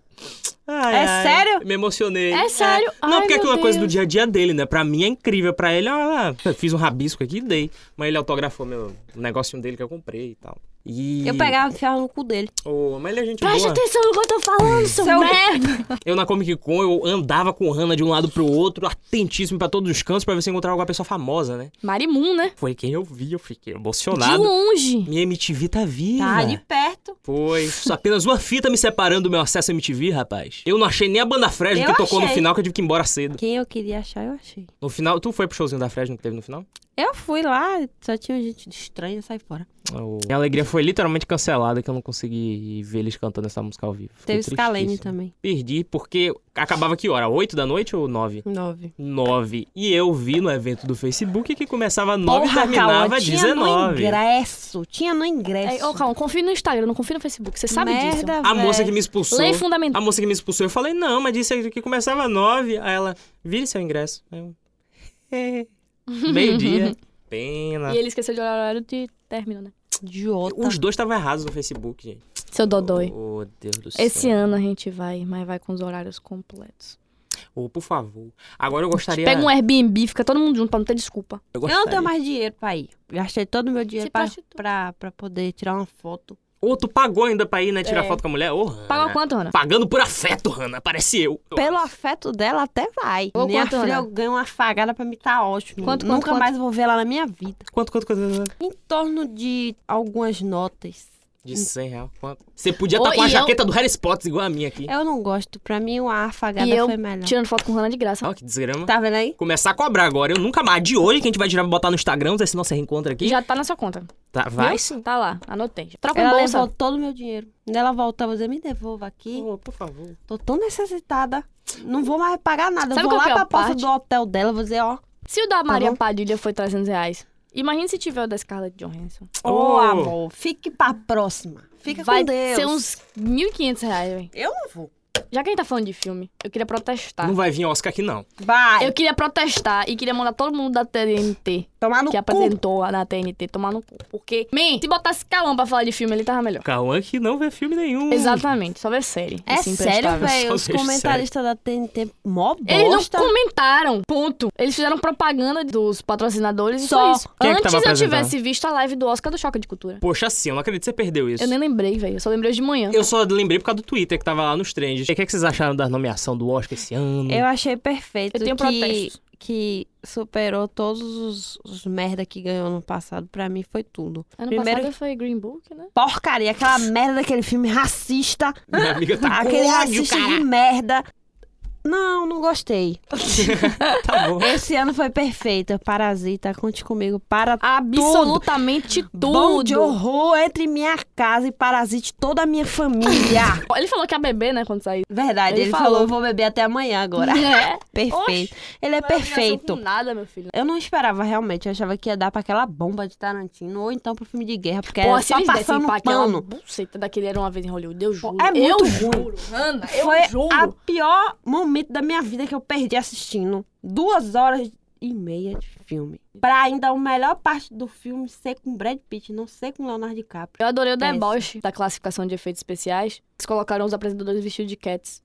Speaker 3: Ai,
Speaker 5: É
Speaker 3: ai,
Speaker 5: sério?
Speaker 3: Me emocionei.
Speaker 4: É sério?
Speaker 3: Não,
Speaker 4: Ai,
Speaker 3: porque
Speaker 4: meu
Speaker 3: aquilo é coisa do
Speaker 4: Deus.
Speaker 3: dia a dia dele, né? Pra mim é incrível. Pra ele, ah, fiz um rabisco aqui e dei. Mas ele autografou meu o negocinho dele que eu comprei e tal. E.
Speaker 5: Eu pegava e enfiava no cu dele.
Speaker 3: Ô, mas ele é gente
Speaker 4: Preste
Speaker 3: boa.
Speaker 4: atenção no que eu tô falando, seu
Speaker 5: Seu-
Speaker 4: merda.
Speaker 3: Eu na Comic Con, eu andava com Hannah de um lado pro outro, atentíssimo pra todos os cantos, pra ver se eu encontrava alguma pessoa famosa, né?
Speaker 4: Marimun, né?
Speaker 3: Foi quem eu vi, eu fiquei
Speaker 4: De
Speaker 3: emocionado.
Speaker 4: longe.
Speaker 3: Minha MTV tá viva.
Speaker 5: Tá de perto.
Speaker 3: Foi. Só apenas uma fita me separando do meu acesso à MTV, rapaz. Eu não achei nem a banda Fresno
Speaker 5: Eu
Speaker 3: que tocou no
Speaker 5: achei.
Speaker 3: final, que eu tive que ir embora cedo.
Speaker 5: Quem eu queria achar, eu achei.
Speaker 3: No final, tu foi pro showzinho da Fresno que teve no final?
Speaker 5: Eu fui lá, só tinha gente estranha, sai fora.
Speaker 3: O- Minha alegria foi literalmente cancelada, que eu não consegui ver eles cantando essa música ao vivo. Fiquei
Speaker 5: Teve Scalene
Speaker 3: tristíssimo.
Speaker 5: também.
Speaker 3: Perdi, porque acabava que hora? 8 da noite ou 9?
Speaker 5: Nove.
Speaker 3: 9. E eu vi no evento do Facebook que começava 9 e
Speaker 5: Porra,
Speaker 3: terminava
Speaker 5: Cauã, tinha no
Speaker 3: 19.
Speaker 5: ingresso. Tinha no ingresso.
Speaker 4: É, Ô, calma, confio no Instagram, não confio no Facebook. Você sabe disso.
Speaker 5: Merda,
Speaker 3: A
Speaker 5: véi.
Speaker 3: moça que me expulsou.
Speaker 4: Lei fundamental.
Speaker 3: A moça que me expulsou, eu falei, não, mas disse que começava 9. Aí ela, vire seu ingresso. Aí eu, "É." Meio-dia. Pena.
Speaker 4: E ele esqueceu de olhar o horário de término, né?
Speaker 5: Idiota.
Speaker 3: Os dois estavam errados no Facebook, gente.
Speaker 4: Seu Dodói.
Speaker 3: Oh, Deus do céu.
Speaker 4: Esse ano a gente vai, mas vai com os horários completos.
Speaker 3: Oh, por favor. Agora eu
Speaker 5: Tá
Speaker 3: gostaria.
Speaker 4: Pega um Airbnb, fica todo mundo junto pra não ter desculpa.
Speaker 3: Eu
Speaker 5: Eu não
Speaker 3: gostaria-
Speaker 5: tenho mais dinheiro pra ir. Gastei todo o meu dinheiro
Speaker 4: Se
Speaker 5: pra,
Speaker 4: prostitui.
Speaker 5: pra, pra poder tirar uma foto.
Speaker 3: Ou tu pagou ainda pra ir, né? Tirar
Speaker 4: É.
Speaker 3: foto com a mulher? Ô, Hannah.
Speaker 4: Pagou quanto, Ana?
Speaker 3: Pagando por afeto, Hanna. Parece eu.
Speaker 5: Pelo afeto dela, até vai.
Speaker 4: Ô,
Speaker 5: minha
Speaker 4: quanto,
Speaker 5: filha,
Speaker 4: Ana?
Speaker 5: eu ganho uma fagada pra mim, tá ótimo.
Speaker 4: Quanto, quanto,
Speaker 5: Nunca
Speaker 4: quanto?
Speaker 5: mais vou ver ela na minha vida.
Speaker 3: Quanto, quanto, quanto?
Speaker 5: Em torno de algumas notas.
Speaker 3: De 100 reais. Quanto? Você podia
Speaker 4: Ô,
Speaker 3: estar com a
Speaker 4: e eu-
Speaker 3: jaqueta do Harry Potter igual a minha aqui.
Speaker 5: Eu não gosto. Pra mim, uma afagada
Speaker 4: E eu
Speaker 5: foi melhor.
Speaker 4: tirando foto com Rana de graça.
Speaker 3: Ó, que desgrama.
Speaker 5: Tá vendo aí?
Speaker 3: Começar a cobrar agora. Eu nunca mais. De hoje que a gente vai tirar pra botar no Instagram, esse nosso reencontro aqui.
Speaker 4: Já tá na sua conta.
Speaker 3: Tá, vai.
Speaker 4: Viu? Tá lá, anotei. Troca em
Speaker 5: Ela
Speaker 4: bolsa.
Speaker 5: levou todo o meu dinheiro. Quando ela voltar, eu vou dizer, me devolva aqui.
Speaker 3: Ô, por favor.
Speaker 5: Tô tão necessitada. Não vou mais pagar nada.
Speaker 4: Sabe
Speaker 5: eu vou
Speaker 4: qual
Speaker 5: lá
Speaker 4: que é a
Speaker 5: pra porta
Speaker 4: parte?
Speaker 5: do hotel dela, vou dizer, ó.
Speaker 4: Se o da Maria
Speaker 5: Tá bom.
Speaker 4: Padilha foi 300 reais, imagina se tiver o da Scarlett Johansson.
Speaker 5: Ô,
Speaker 3: Ô.
Speaker 5: amor, fique pra próxima. Fica
Speaker 4: vai
Speaker 5: com Deus.
Speaker 4: ser uns 1.500 reais, velho.
Speaker 5: Eu não vou.
Speaker 4: Já que a gente tá falando de filme, eu queria protestar.
Speaker 3: Não vai vir Oscar aqui, não.
Speaker 5: Vai.
Speaker 4: Eu queria protestar e queria mandar todo mundo da TNT,
Speaker 5: Tomar no
Speaker 4: que
Speaker 5: cu.
Speaker 4: apresentou a- na TNT, tomar no cu. Porque, man, se botasse calão pra falar de filme, ele tava melhor.
Speaker 3: Cauã que não vê filme nenhum.
Speaker 4: Exatamente, só ver série.
Speaker 5: Hum. É
Speaker 4: Assim,
Speaker 5: sério,
Speaker 4: imprestável.
Speaker 5: velho? Os
Speaker 3: Só vejo
Speaker 5: comentaristas da TNT mó
Speaker 4: Eles não
Speaker 5: bosta.
Speaker 4: comentaram, ponto. Eles fizeram propaganda dos patrocinadores e
Speaker 5: Só.
Speaker 4: só isso.
Speaker 3: Quem é que
Speaker 4: Antes
Speaker 3: tava
Speaker 4: eu
Speaker 3: apresentando?
Speaker 4: tivesse visto a live do Oscar do Choque de Cultura.
Speaker 3: Poxa, assim, eu não acredito que você perdeu isso.
Speaker 4: Eu nem lembrei, velho. Eu só lembrei hoje de manhã.
Speaker 3: Eu só lembrei por causa do Twitter que tava lá nos trends. O que, é que vocês acharam da nomeação do Oscar esse ano?
Speaker 5: Eu achei perfeito
Speaker 4: Eu tenho
Speaker 5: que,
Speaker 4: protestos.
Speaker 5: que superou todos os, os merda que ganhou no passado, pra mim foi tudo.
Speaker 4: Ano
Speaker 5: Primeiro-
Speaker 4: passado foi Green Book, né?
Speaker 5: Porcaria, aquela merda daquele filme racista,
Speaker 3: Minha amiga tá.
Speaker 5: aquele
Speaker 3: ódio,
Speaker 5: racista de merda. Não, não gostei.
Speaker 3: Tá bom.
Speaker 5: Esse ano foi perfeito. Parasita, conte comigo para
Speaker 4: Absolutamente tudo.
Speaker 5: Bom de horror entre minha casa e parasite toda a minha família.
Speaker 4: Ele falou que ia beber, né, quando sair.
Speaker 5: Verdade, ele,
Speaker 4: Ele
Speaker 5: falou.
Speaker 4: falou,
Speaker 5: vou beber até amanhã agora.
Speaker 4: É.
Speaker 5: Perfeito. ele é
Speaker 4: Não obrigação
Speaker 5: perfeito.
Speaker 4: Com nada, meu filho.
Speaker 5: Eu não esperava realmente, eu achava que ia dar pra aquela bomba de Tarantino ou então pro filme de guerra, porque
Speaker 4: Pô,
Speaker 5: era
Speaker 4: se
Speaker 5: só
Speaker 4: eles dessem
Speaker 5: passando
Speaker 4: pra aquela
Speaker 5: pano.
Speaker 4: buceta daquele Era Uma Vez em Hollywood, eu juro.
Speaker 5: é muito
Speaker 4: eu
Speaker 5: ruim.
Speaker 4: juro, Ana, eu
Speaker 5: Foi
Speaker 4: juro.
Speaker 5: a pior momento da minha vida que eu perdi assistindo. Duas horas e meia de filme. Pra ainda a melhor parte do filme ser com Brad Pitt, não ser com Leonardo DiCaprio.
Speaker 4: Eu adorei o
Speaker 5: Péssimo.
Speaker 4: deboche da classificação de efeitos especiais. Eles colocaram os apresentadores vestidos de cats.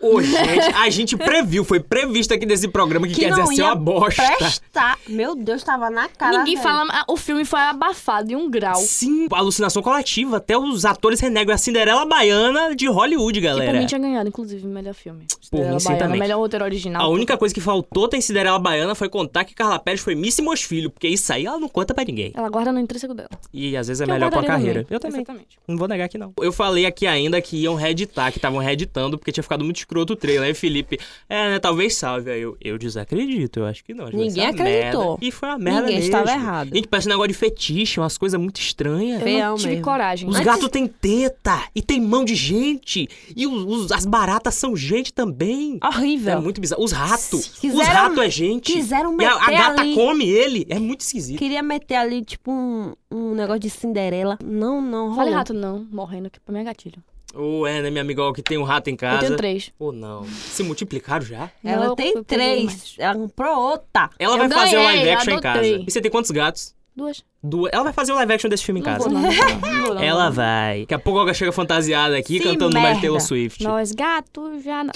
Speaker 3: Ô, gente, a gente previu, foi previsto aqui desse programa que,
Speaker 5: Que
Speaker 3: quer dizer
Speaker 5: não
Speaker 3: ser
Speaker 5: ia
Speaker 3: uma bosta.
Speaker 5: Prestar. Meu Deus, tava na cara.
Speaker 4: Ninguém
Speaker 5: velho.
Speaker 4: fala... ah, O filme foi abafado em um grau.
Speaker 3: Sim, alucinação coletiva. Até os atores renegam É a Cinderela Baiana de Hollywood,
Speaker 4: Que
Speaker 3: galera.
Speaker 4: por mim tinha é ganhado, inclusive, melhor filme.
Speaker 3: não sei
Speaker 4: Baiana,
Speaker 3: também.
Speaker 4: melhor roteiro original.
Speaker 3: A única coisa que faltou tem Cinderela Baiana foi contar que Carla Pérez foi Miss e meus filhos, porque isso aí ela não conta pra ninguém.
Speaker 4: Ela guarda no intrínseco dela.
Speaker 3: E às vezes é
Speaker 4: Que eu
Speaker 3: melhor pra
Speaker 4: guardaria
Speaker 3: carreira.
Speaker 4: também.
Speaker 3: Eu também.
Speaker 4: Exatamente.
Speaker 3: Não vou negar que não. Eu falei aqui ainda que iam reeditar, que estavam reeditando, porque tinha ficado muito escroto o trailer. Aí Felipe, é, né, talvez salve. Aí eu, eu desacredito, eu acho que não. acho que vai
Speaker 5: Ninguém
Speaker 3: ser uma
Speaker 5: acreditou.
Speaker 3: merda. E foi uma merda
Speaker 5: Ninguém
Speaker 3: mesmo.
Speaker 5: estava errado.
Speaker 3: Gente, parece um negócio de fetiche, umas coisas muito estranhas.
Speaker 5: É.
Speaker 4: Eu
Speaker 5: Feião
Speaker 4: não tive
Speaker 5: mesmo.
Speaker 4: coragem.
Speaker 3: Os gatos têm teta e tem mão de gente. E os- os- as baratas são gente também.
Speaker 5: Horrível.
Speaker 3: É muito bizarro. Os ratos. Os
Speaker 5: Quiseram-
Speaker 3: ratos é gente.
Speaker 5: Quiseram
Speaker 3: E
Speaker 5: meter
Speaker 3: a, a gata
Speaker 5: um ali.
Speaker 3: come ele. É muito esquisito.
Speaker 5: Queria meter ali, tipo, um, um negócio de Cinderela. Não, não, rolou.
Speaker 4: Falei rato não, morrendo aqui pra minha gatilho.
Speaker 3: Ou é, né, minha amiga, ó, que tem um rato em
Speaker 4: Eu
Speaker 3: casa.
Speaker 4: tenho três.
Speaker 3: Ou não. Se multiplicaram já?
Speaker 5: Ela
Speaker 4: Não,
Speaker 5: tem
Speaker 4: eu peguei
Speaker 5: três.
Speaker 4: mais.
Speaker 5: Ela comprou outra.
Speaker 3: Ela
Speaker 4: Eu
Speaker 3: vai fazer o live
Speaker 4: ganhei,
Speaker 3: action em casa.
Speaker 4: adotei.
Speaker 3: E você tem quantos gatos?
Speaker 4: Duas.
Speaker 3: Duas. Ela vai fazer o live action desse filme em
Speaker 4: Não
Speaker 3: casa.
Speaker 4: vou, não, não vou, não vou, não.
Speaker 3: Ela vai. Daqui a pouco ela chega fantasiada aqui,
Speaker 5: Se
Speaker 3: cantando mais
Speaker 5: merda.
Speaker 3: Taylor Swift.
Speaker 4: Nós gatos já. não-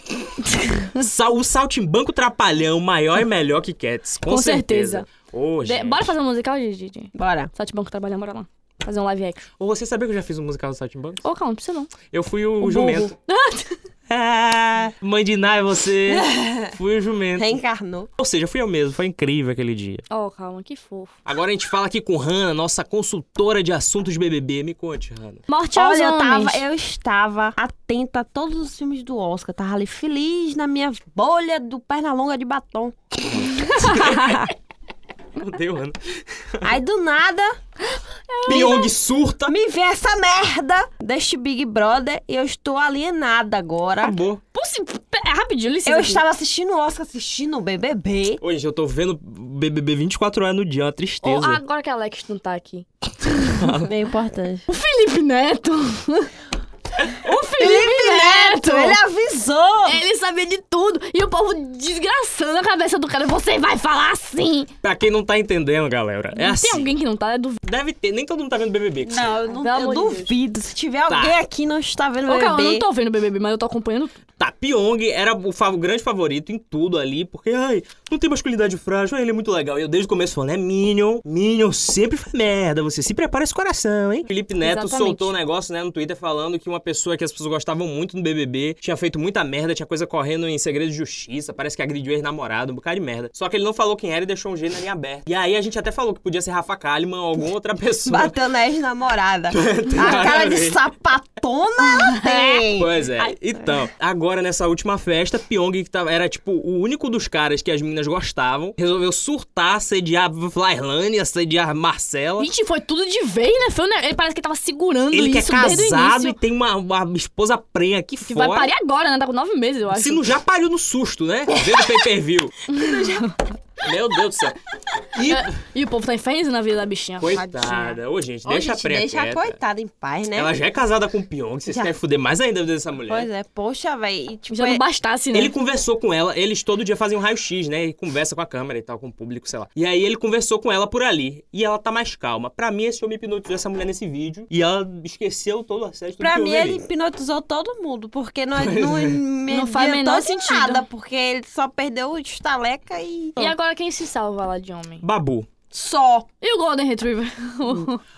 Speaker 3: Sa- O saltimbanco trapalhão maior e melhor que Cats. Com,
Speaker 4: Com
Speaker 3: certeza.
Speaker 4: certeza.
Speaker 3: Ô,
Speaker 4: De-
Speaker 3: gente.
Speaker 4: Bora fazer um musical, Didi?
Speaker 5: Bora.
Speaker 4: Saltibanco trabalhando, bora lá. Fazer um live action.
Speaker 3: Ô, você sabia que eu já fiz um musical do saltimbanco?
Speaker 4: Ô, calma, não precisa não.
Speaker 3: Eu fui o,
Speaker 4: burro.
Speaker 3: jumento. Ah, mãe de Nai, você. fui o jumento.
Speaker 5: Reencarnou.
Speaker 3: Ou seja, fui eu mesmo. Foi incrível aquele dia.
Speaker 4: Ó, calma, que fofo.
Speaker 3: Agora a gente fala aqui com Hanna, nossa consultora de assuntos de BBB. Me conte, Hanna.
Speaker 4: Morte aos
Speaker 5: Olha, eu,
Speaker 4: homens.
Speaker 5: tava, eu estava atenta a todos os filmes do Oscar. Tava ali feliz na minha bolha do Pernalonga de batom.
Speaker 3: Meu Deus, Hanna.
Speaker 5: Aí do nada,
Speaker 3: Pyong surta.
Speaker 5: me vê essa merda deste Big Brother e eu estou alienada
Speaker 4: Ah,
Speaker 5: agora.
Speaker 3: Acabou.
Speaker 4: Puxa, pe- é rapidinho, licença.
Speaker 5: Eu
Speaker 4: aqui.
Speaker 5: estava assistindo o Oscar, assistindo o BBB.
Speaker 3: Ô, gente, eu tô vendo BBB 24 horas no dia, é uma
Speaker 4: Ô,
Speaker 3: tristeza.
Speaker 4: agora que a Alex não tá aqui.
Speaker 5: Bem importante.
Speaker 4: Felipe Neto. o Felipe Neto. É,
Speaker 5: Ele avisou!
Speaker 4: Ele sabia de tudo. E o povo desgraçando a cabeça do cara. Você vai falar assim.
Speaker 3: Pra quem não tá entendendo, galera, é assim.
Speaker 4: Tem alguém que não tá, é do...
Speaker 3: Deve ter, nem todo mundo tá vendo BBB. que
Speaker 5: Não, eu, não-
Speaker 4: Pelo
Speaker 5: eu
Speaker 4: amor de Deus.
Speaker 5: duvido. Se tiver
Speaker 3: Tá.
Speaker 5: alguém aqui não está vendo
Speaker 4: Ô,
Speaker 5: BBB.
Speaker 4: calma, eu não tô vendo o BBB, mas eu tô acompanhando tudo.
Speaker 3: Tá, Pyong era o fa- o grande favorito em tudo ali, porque, ai, não tem masculinidade frágil, ai, ele é muito legal. E eu desde o começo falando, é Minion, Minion sempre foi merda, você se prepara esse coração, hein? Felipe Neto
Speaker 4: Exatamente.
Speaker 3: soltou um negócio, né, no Twitter falando que uma pessoa que as pessoas gostavam muito no BBB tinha feito muita merda, tinha coisa correndo em segredo de justiça, parece que agrediu ex-namorado, um bocado de merda. Só que ele não falou quem era e deixou um gênero em aberto. E aí a gente até falou que podia ser Rafa Kalimann ou alguma outra pessoa.
Speaker 5: Bateu na ex-namorada. a
Speaker 3: nada a
Speaker 5: cara
Speaker 3: ver.
Speaker 5: de sapatona ela tem.
Speaker 3: Pois é. Então, agora nessa última festa, Pyong, que tava, era tipo o único dos caras que as meninas gostavam, resolveu surtar, sediar Vlairlane, sediar Marcela.
Speaker 4: Gente, foi tudo de vez, né? Foi, um ne- Ele parece que tava segurando
Speaker 3: Ele que é
Speaker 4: isso desde o
Speaker 3: casado
Speaker 4: início.
Speaker 3: e tem uma, uma esposa prenha aqui
Speaker 4: Que
Speaker 3: fora.
Speaker 4: vai parir agora, né? Tá com nove meses, eu acho.
Speaker 3: Se não já pariu no susto, né? Vendo o pay-per-view. Meu Deus do céu. E...
Speaker 4: E o povo tá infeliz na vida da bichinha. tadinha.
Speaker 3: Coitada. Ô, gente, deixa a
Speaker 5: gente,
Speaker 3: prenha
Speaker 5: deixa a
Speaker 3: quieta.
Speaker 5: coitada em paz, né?
Speaker 3: Ela já é casada com o Pyong, vocês
Speaker 5: Já.
Speaker 3: querem fuder mais ainda a vida dessa mulher.
Speaker 5: Pois é, poxa, velho. Tipo,
Speaker 4: Já
Speaker 5: é-
Speaker 4: não bastasse, né?
Speaker 3: Ele conversou com ela, eles todo dia fazem um raio-x, né? E conversa com a câmera e tal, com o público, sei lá. E aí ele conversou com ela por ali. E ela tá mais calma. Pra mim, esse homem hipnotizou essa mulher nesse vídeo. E ela esqueceu todo o assédio. tudo
Speaker 5: pra
Speaker 3: que
Speaker 5: mim,
Speaker 3: houve ali.
Speaker 5: ele hipnotizou todo mundo, porque não, é- não,
Speaker 3: é.
Speaker 5: me
Speaker 4: Não faz o
Speaker 5: adiantou
Speaker 4: menor
Speaker 5: de
Speaker 4: sentido.
Speaker 5: nada, porque ele só perdeu o estaleca e...
Speaker 4: E agora quem se salva lá de homem?
Speaker 3: Babu.
Speaker 5: Só.
Speaker 4: E o Golden Retriever?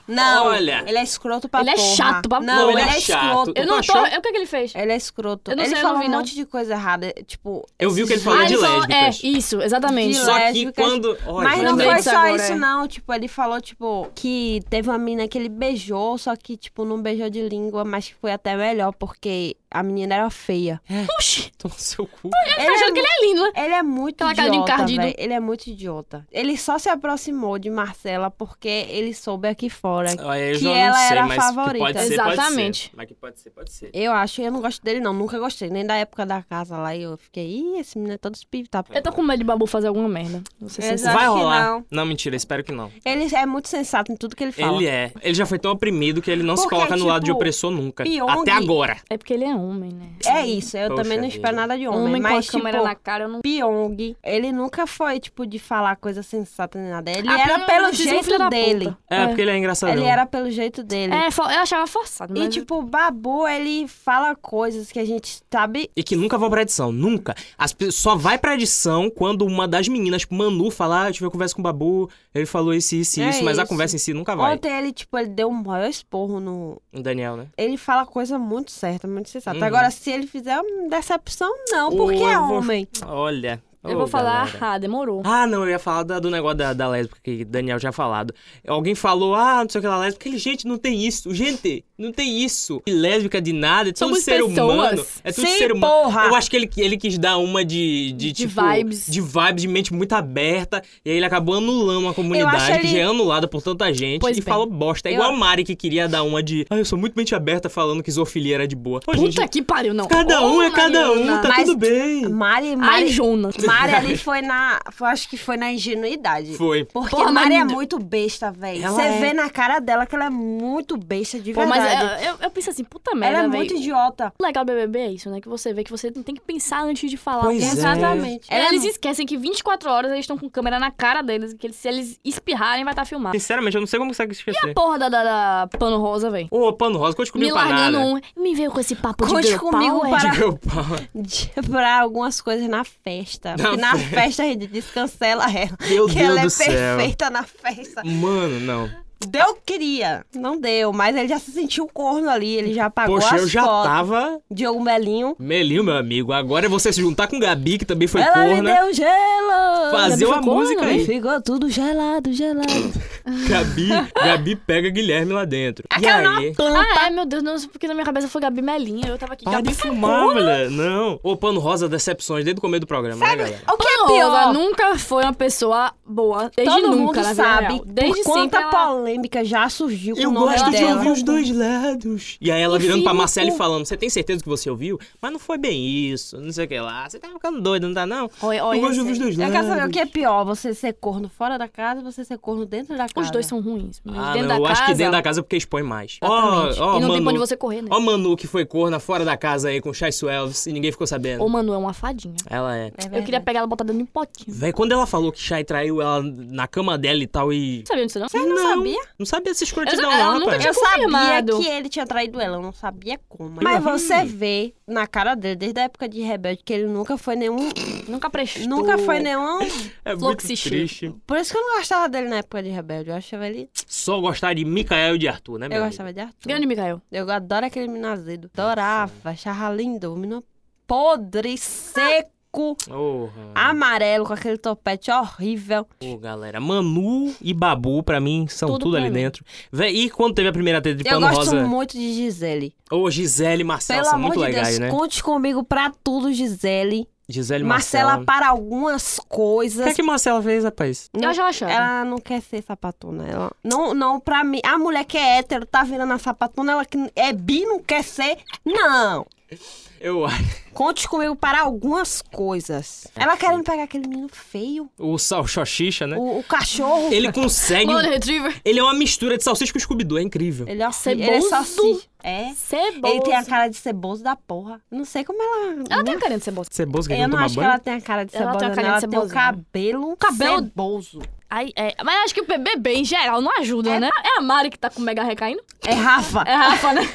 Speaker 5: Não.
Speaker 3: Olha.
Speaker 5: Ele é escroto pra
Speaker 4: Ele é
Speaker 5: porra.
Speaker 4: chato pra
Speaker 5: Não,
Speaker 4: porra.
Speaker 5: ele,
Speaker 4: Ele
Speaker 5: é
Speaker 3: é chato.
Speaker 5: escroto.
Speaker 3: Tu
Speaker 4: Eu não tô.
Speaker 3: achou?
Speaker 4: O que, é que ele fez?
Speaker 5: Ele é escroto.
Speaker 4: Eu não
Speaker 5: ele
Speaker 4: sei, eu
Speaker 5: fala
Speaker 4: não vi,
Speaker 5: um
Speaker 4: não.
Speaker 5: monte de coisa errada. Tipo.
Speaker 3: Eu vi o que ele
Speaker 5: esses-
Speaker 3: falou
Speaker 4: ah,
Speaker 3: de
Speaker 4: ele falou, é,
Speaker 3: lésbicas.
Speaker 4: isso, exatamente.
Speaker 5: De
Speaker 3: Só que
Speaker 5: lésbicas.
Speaker 3: quando. Olha,
Speaker 5: Mas não
Speaker 3: né?
Speaker 5: foi
Speaker 4: Lembrei disso
Speaker 5: só
Speaker 4: agora,
Speaker 5: isso,
Speaker 4: é.
Speaker 5: não. Tipo, ele falou, tipo, que teve uma menina que ele beijou, só que, tipo, não beijou de língua, mas que foi até melhor, porque a menina era feia.
Speaker 4: Oxi,
Speaker 3: Toma no seu cu.
Speaker 4: tá achando que ele é lindo, né?
Speaker 5: Ele é muito
Speaker 4: Aquela cara de
Speaker 5: idiota,
Speaker 4: encardido.
Speaker 5: velho. Ele é muito idiota. Ele só se aproximou de Marcela porque ele soube aqui fora.
Speaker 3: Olha, eu
Speaker 5: Que
Speaker 3: já não
Speaker 5: ela
Speaker 3: sei,
Speaker 5: era a
Speaker 3: mas que
Speaker 5: favorita.
Speaker 3: Pode ser,
Speaker 4: Exatamente.
Speaker 3: Pode ser. Mas que pode ser, pode ser.
Speaker 5: Eu acho, eu não gosto dele não, nunca gostei, nem da época da casa lá, e eu fiquei, ih, esse menino é todo espírito.
Speaker 4: Eu tô com medo de Babu fazer alguma merda. Não sei se é
Speaker 5: Exato.
Speaker 3: Vai
Speaker 5: acho que
Speaker 3: rolar.
Speaker 5: não.
Speaker 3: mentira, espero que não.
Speaker 5: Ele é muito sensato em tudo que ele fala.
Speaker 3: Ele é. Ele já foi tão oprimido que ele não se
Speaker 5: Porque,
Speaker 3: coloca no lado de
Speaker 5: tipo,
Speaker 3: opressor nunca.
Speaker 5: Pyong-
Speaker 3: Até agora.
Speaker 4: É porque ele é homem, né? Um
Speaker 5: É isso, eu
Speaker 3: Poxa
Speaker 5: também não espero
Speaker 3: vida.
Speaker 5: nada de homem,
Speaker 4: Homem com a
Speaker 5: mas tipo,
Speaker 4: câmera na cara, eu não.
Speaker 5: Pyong, ele nunca foi, tipo, de falar coisa sensata nem nada. Ele
Speaker 4: Ah,
Speaker 5: era
Speaker 4: Pyong é
Speaker 5: pelo
Speaker 4: um filho
Speaker 5: jeito
Speaker 4: da
Speaker 5: dele.
Speaker 4: puta.
Speaker 3: É,
Speaker 4: É.
Speaker 3: porque ele é engraçadão.
Speaker 5: Ele era pelo jeito dele.
Speaker 4: É, fo- eu achava forçado, mas...
Speaker 5: E, tipo, o Babu, ele fala coisas que a gente sabe.
Speaker 3: E que nunca vão pra edição, nunca. As pe- só vai pra edição quando uma das meninas, tipo, Manu, falar, ah, eu tive uma conversa com o Babu, ele falou isso, isso e
Speaker 5: É
Speaker 3: isso, mas a
Speaker 5: isso.
Speaker 3: conversa em si nunca Ah, vai.
Speaker 5: Ontem ele, tipo, ele deu um maior esporro no.
Speaker 3: O Daniel, né?
Speaker 5: Ele fala coisa muito certa, muito sensata.
Speaker 3: Uhum.
Speaker 5: Agora, se ele fizer hum, decepção, não,
Speaker 3: Ô,
Speaker 5: porque é
Speaker 3: eu vou-
Speaker 5: homem.
Speaker 3: Olha.
Speaker 4: Eu
Speaker 3: ô,
Speaker 4: vou falar,
Speaker 3: galera.
Speaker 4: ah, demorou.
Speaker 3: Ah, não, eu ia falar da- do negócio da, da lésbica que o Daniel já falado. Alguém falou, ah, não sei o que lá, lésbica. Ele, gente, não tem isso. Gente, não tem isso. E lésbica de nada, é tudo
Speaker 4: Somos
Speaker 3: ser humano.
Speaker 4: pessoas.
Speaker 3: É tudo
Speaker 5: Sim,
Speaker 3: ser humano.
Speaker 5: porra.
Speaker 3: Eu acho que ele, ele quis dar uma de, de,
Speaker 4: De
Speaker 3: tipo,
Speaker 4: vibes.
Speaker 3: De vibes, de mente muito aberta. E aí ele acabou anulando uma
Speaker 5: acho
Speaker 3: comunidade que
Speaker 5: ele-
Speaker 3: já é anulada por tanta gente.
Speaker 4: Pois
Speaker 3: e
Speaker 4: bem.
Speaker 3: falou bosta. É
Speaker 5: Eu-
Speaker 3: igual a Mari que queria dar uma de. Ah, eu sou muito mente aberta falando que zoofilia era de boa. Pô, gente,
Speaker 4: Puta que pariu, não.
Speaker 3: cada um
Speaker 4: Ô,
Speaker 3: é cada um,
Speaker 4: Mariana.
Speaker 3: tá
Speaker 5: Mas-
Speaker 3: tudo bem.
Speaker 5: Mari,
Speaker 4: Ai,
Speaker 5: Mari,
Speaker 4: Jonas.
Speaker 5: Mari ali foi na. foi- acho que foi na ingenuidade.
Speaker 3: Foi.
Speaker 5: Porque
Speaker 4: Porra,
Speaker 5: Mari é
Speaker 4: mas-
Speaker 5: muito besta, velho.
Speaker 3: Ela
Speaker 5: Você
Speaker 3: é.
Speaker 5: vê na cara dela que ela é muito besta de
Speaker 4: Pô,
Speaker 5: verdade.
Speaker 4: mas eu, eu, eu penso assim, puta merda,
Speaker 5: ela é
Speaker 4: velho.
Speaker 5: muito idiota.
Speaker 4: O legal do BBB é isso, né? Que você vê que você não tem que pensar antes de falar.
Speaker 3: Pois
Speaker 4: Porque
Speaker 3: é.
Speaker 5: Exatamente. Ela é
Speaker 4: Eles esquecem que 24 horas eles estão com câmera na cara deles. Que eles- se eles espirrarem, vai estar filmado.
Speaker 3: Sinceramente, eu não sei como consegue esquecer.
Speaker 4: A porra da, da, da pano rosa, velho.
Speaker 3: Ô, Pano Rosa, conte
Speaker 4: Me
Speaker 3: comigo pra
Speaker 4: largando
Speaker 3: nada.
Speaker 4: um. Me veio com esse papo
Speaker 5: Conte
Speaker 4: de girl
Speaker 5: comigo
Speaker 4: power.
Speaker 5: para-
Speaker 3: De meu pau.
Speaker 5: de- pra algumas coisas na festa.
Speaker 3: Na
Speaker 5: Porque na
Speaker 3: festa.
Speaker 5: festa a gente descancela ela.
Speaker 3: Meu
Speaker 5: que
Speaker 3: Deus
Speaker 5: ela é
Speaker 3: do céu.
Speaker 5: perfeita na festa.
Speaker 3: Mano, não.
Speaker 5: Deu, queria. Não deu, mas ele já se sentiu corno ali. Ele já apagou
Speaker 3: Poxa,
Speaker 5: as
Speaker 3: eu já
Speaker 5: fotos. um
Speaker 3: tava
Speaker 5: Diogo Melinho.
Speaker 3: melinho, meu amigo. Agora é você se juntar com Gabi, que também foi
Speaker 5: ela me
Speaker 3: corna.
Speaker 5: deu gelo!
Speaker 3: Fazer
Speaker 4: Gabi
Speaker 3: uma
Speaker 4: foi
Speaker 3: música
Speaker 4: corna,
Speaker 3: aí.
Speaker 5: Ficou tudo gelado, gelado.
Speaker 3: Gabi, Gabi pega Guilherme lá dentro.
Speaker 4: é
Speaker 3: E
Speaker 5: Aquela
Speaker 3: aí?
Speaker 4: Ah, é, meu Deus, não, porque na minha cabeça foi Gabi Melinha. Eu tava aqui,
Speaker 3: Para
Speaker 4: Gabi
Speaker 3: de fumar, mulher. Não. Ô, Pano Rosa, decepções desde o começo do programa, né, galera?
Speaker 5: O que é
Speaker 4: Pano
Speaker 5: pior?
Speaker 4: Rosa nunca foi uma pessoa boa. Desde
Speaker 5: Todo
Speaker 4: nunca,
Speaker 5: mundo
Speaker 4: na vida
Speaker 5: sabe
Speaker 4: real. Desde
Speaker 5: por quanta
Speaker 4: sempre ela-
Speaker 5: polêmica já surgiu com o
Speaker 3: Eu
Speaker 5: nome
Speaker 3: gosto de
Speaker 5: dela.
Speaker 3: ouvir os dois lados. E aí ela virando pra
Speaker 4: Enfim,
Speaker 3: Marcele
Speaker 4: o-
Speaker 3: falando: Você tem certeza que você ouviu? Mas não foi bem isso, não sei o que lá. Você tá ficando doido, não tá, não?
Speaker 4: Olha,
Speaker 3: Eu
Speaker 4: olha,
Speaker 3: gosto de ouvir os
Speaker 4: sério.
Speaker 3: dois
Speaker 5: Eu
Speaker 3: lados.
Speaker 5: quero saber o que é pior, você ser corno fora da casa ou você ser corno dentro da casa?
Speaker 4: Os dois são ruins. Mas
Speaker 3: Ah,
Speaker 4: dentro
Speaker 3: não, eu
Speaker 4: da casa.
Speaker 3: acho que dentro da casa é porque expõe mais. Ó,
Speaker 4: Exatamente.
Speaker 3: ó,
Speaker 4: e não tem
Speaker 3: Manu,
Speaker 4: pra onde você correr, né?
Speaker 3: Ó, Manu que foi corna fora da casa aí com o Chai Suelves e ninguém ficou sabendo.
Speaker 4: Ô, Manu, é uma fadinha.
Speaker 3: Ela é.
Speaker 5: É
Speaker 4: Eu queria pegar ela e botar dentro de um potinho.
Speaker 3: Véi, quando ela falou que Chai traiu ela na cama dela e tal e.
Speaker 4: Não sabia disso, não?
Speaker 5: Você não, sabia?
Speaker 3: Não sabia essa
Speaker 4: Eu
Speaker 3: escrotidão,
Speaker 4: já- ela
Speaker 3: não,
Speaker 4: nunca
Speaker 3: rapaz.
Speaker 4: tinha-
Speaker 5: Eu sabia
Speaker 4: confirmado.
Speaker 5: que ele tinha traído ela, eu não sabia como. Uhum. Mas você vê na cara dele, desde a época de Rebelde, que ele nunca foi nenhum.
Speaker 4: Nunca prestou.
Speaker 5: Nunca foi nenhum.
Speaker 3: É
Speaker 4: Flor
Speaker 3: muito
Speaker 4: que se cheira.
Speaker 3: triste.
Speaker 5: Por isso que eu não gostava dele na época de Rebelde. Eu achava ele.
Speaker 3: Só gostar de Micael e de Arthur, né, meu
Speaker 5: Eu
Speaker 3: amigo?
Speaker 5: gostava de Arthur.
Speaker 4: Grande Mikael.
Speaker 5: Eu adoro aquele menino azedo. Adorava, achava lindo. Um menino podre, seco,
Speaker 3: Ô, Hannah.
Speaker 5: amarelo, com aquele topete horrível.
Speaker 3: Ô, galera. Manu e Babu, pra mim, são tudo,
Speaker 4: Tudo pra
Speaker 3: ali
Speaker 4: mim.
Speaker 3: dentro. Véi, e quando teve a primeira treta de
Speaker 5: eu
Speaker 3: Pano
Speaker 5: gosto
Speaker 3: Rosa?
Speaker 5: muito de Gisele.
Speaker 3: Ô, Gisele e Marcela
Speaker 5: Pelo
Speaker 3: são
Speaker 5: amor
Speaker 3: muito
Speaker 5: de
Speaker 3: legais,
Speaker 5: Deus,
Speaker 3: né?
Speaker 5: conte comigo pra tudo, Gisele.
Speaker 3: Gisele e
Speaker 5: Marcela,
Speaker 3: Marcela.
Speaker 5: para algumas
Speaker 3: O que é
Speaker 5: coisas.
Speaker 3: que Marcela fez, rapaz?
Speaker 4: Eu já achava.
Speaker 5: Ela não quer ser sapatona. Ela... Não, não, pra mim. A mulher que é hétero tá virando a sapatona, ela que é bi, não quer ser. Não!
Speaker 3: Eu
Speaker 5: Conte comigo para algumas coisas. Ela querendo pegar aquele menino feio,
Speaker 3: O Salchochicha, É né?
Speaker 5: o, o cachorro.
Speaker 3: Ele consegue.
Speaker 4: Golden Retriever.
Speaker 3: Ele é uma mistura de salsicha com Scooby-Doo, é incrível.
Speaker 5: Ele é horrível.
Speaker 4: Ceboso.
Speaker 5: Ele é salsicha. É.
Speaker 4: Cebosa.
Speaker 5: Ele tem a cara de ceboso da porra. Não sei como ela.
Speaker 4: Ela tem a carinha de cebosa.
Speaker 3: Ceboso que
Speaker 5: Eu
Speaker 3: não
Speaker 5: não
Speaker 3: toma
Speaker 5: acho que ela
Speaker 3: banho.
Speaker 5: tem a cara de
Speaker 4: Ela tem
Speaker 5: cebosa.
Speaker 4: a cara
Speaker 5: não.
Speaker 4: de
Speaker 5: ela tem o
Speaker 4: cebosa.
Speaker 5: cabelo. é
Speaker 4: Cabelo-
Speaker 5: Ceboso.
Speaker 4: Ai, é. Mas eu acho que o PBB em geral não ajuda, né? É a Mari que tá com o mega recaindo.
Speaker 5: É Rafa.
Speaker 4: É a Rafa, né?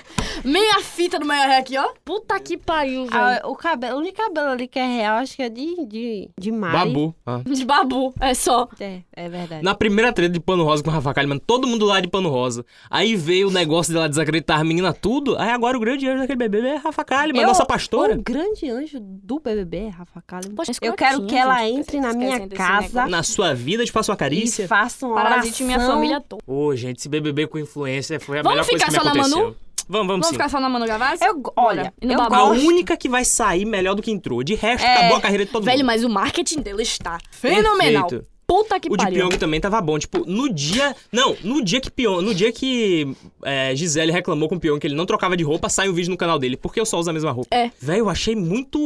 Speaker 4: Meia fita do maior aqui, ó.
Speaker 6: Puta que pariu, velho.
Speaker 5: Ah, o, cabelo, o único cabelo ali que é real, acho que é de, de, de Mari.
Speaker 3: Babu. Ah.
Speaker 4: De babu. É só.
Speaker 5: É, é verdade.
Speaker 3: Na primeira treta de pano rosa com o Rafa Kalimann, todo mundo lá de pano rosa. Aí veio o negócio dela desacreditar a menina tudo. Aí agora o grande anjo daquele bebê é a Rafa Kalimann,
Speaker 5: Eu-
Speaker 3: nossa pastora.
Speaker 5: O grande anjo do BBB, Rafa Kalimann.
Speaker 4: Poxa, mas como
Speaker 5: eu
Speaker 4: é que
Speaker 5: quero
Speaker 4: tinha,
Speaker 5: que ela
Speaker 4: gente?
Speaker 5: entre na
Speaker 4: Esquecem
Speaker 5: minha
Speaker 4: desse
Speaker 5: casa um
Speaker 4: negócio.
Speaker 3: Na sua vida, te faço uma
Speaker 5: e
Speaker 3: carícia.
Speaker 5: faça uma
Speaker 4: Parasite
Speaker 5: oração.
Speaker 4: minha família toda.
Speaker 3: Ô, gente, esse BBB com influência foi a
Speaker 4: Vamos
Speaker 3: melhor coisa
Speaker 4: ficar
Speaker 3: que me
Speaker 4: só na
Speaker 3: aconteceu.
Speaker 4: Manu?
Speaker 3: Vamos, vamos
Speaker 4: Vamos
Speaker 3: sim.
Speaker 4: ficar só na Mano Gavassi?
Speaker 5: Eu, go- olha,
Speaker 4: Bora. E no
Speaker 5: eu
Speaker 4: babá?
Speaker 3: A
Speaker 5: gosto.
Speaker 3: única que vai sair melhor do que entrou. De resto,
Speaker 5: É.
Speaker 3: acabou a carreira de todo
Speaker 4: Velho,
Speaker 3: mundo.
Speaker 4: mas o marketing dela está fenomenal.
Speaker 3: Perfeito.
Speaker 4: Puta que
Speaker 3: O de
Speaker 4: pariu.
Speaker 3: Pyong também tava bom. Tipo, no dia. Não, no dia que Pyong. No dia que é, Gisele reclamou com o Pyong que ele não trocava de roupa, sai um vídeo no canal dele. Porque eu só uso a mesma roupa.
Speaker 4: É.
Speaker 3: Velho, eu achei muito.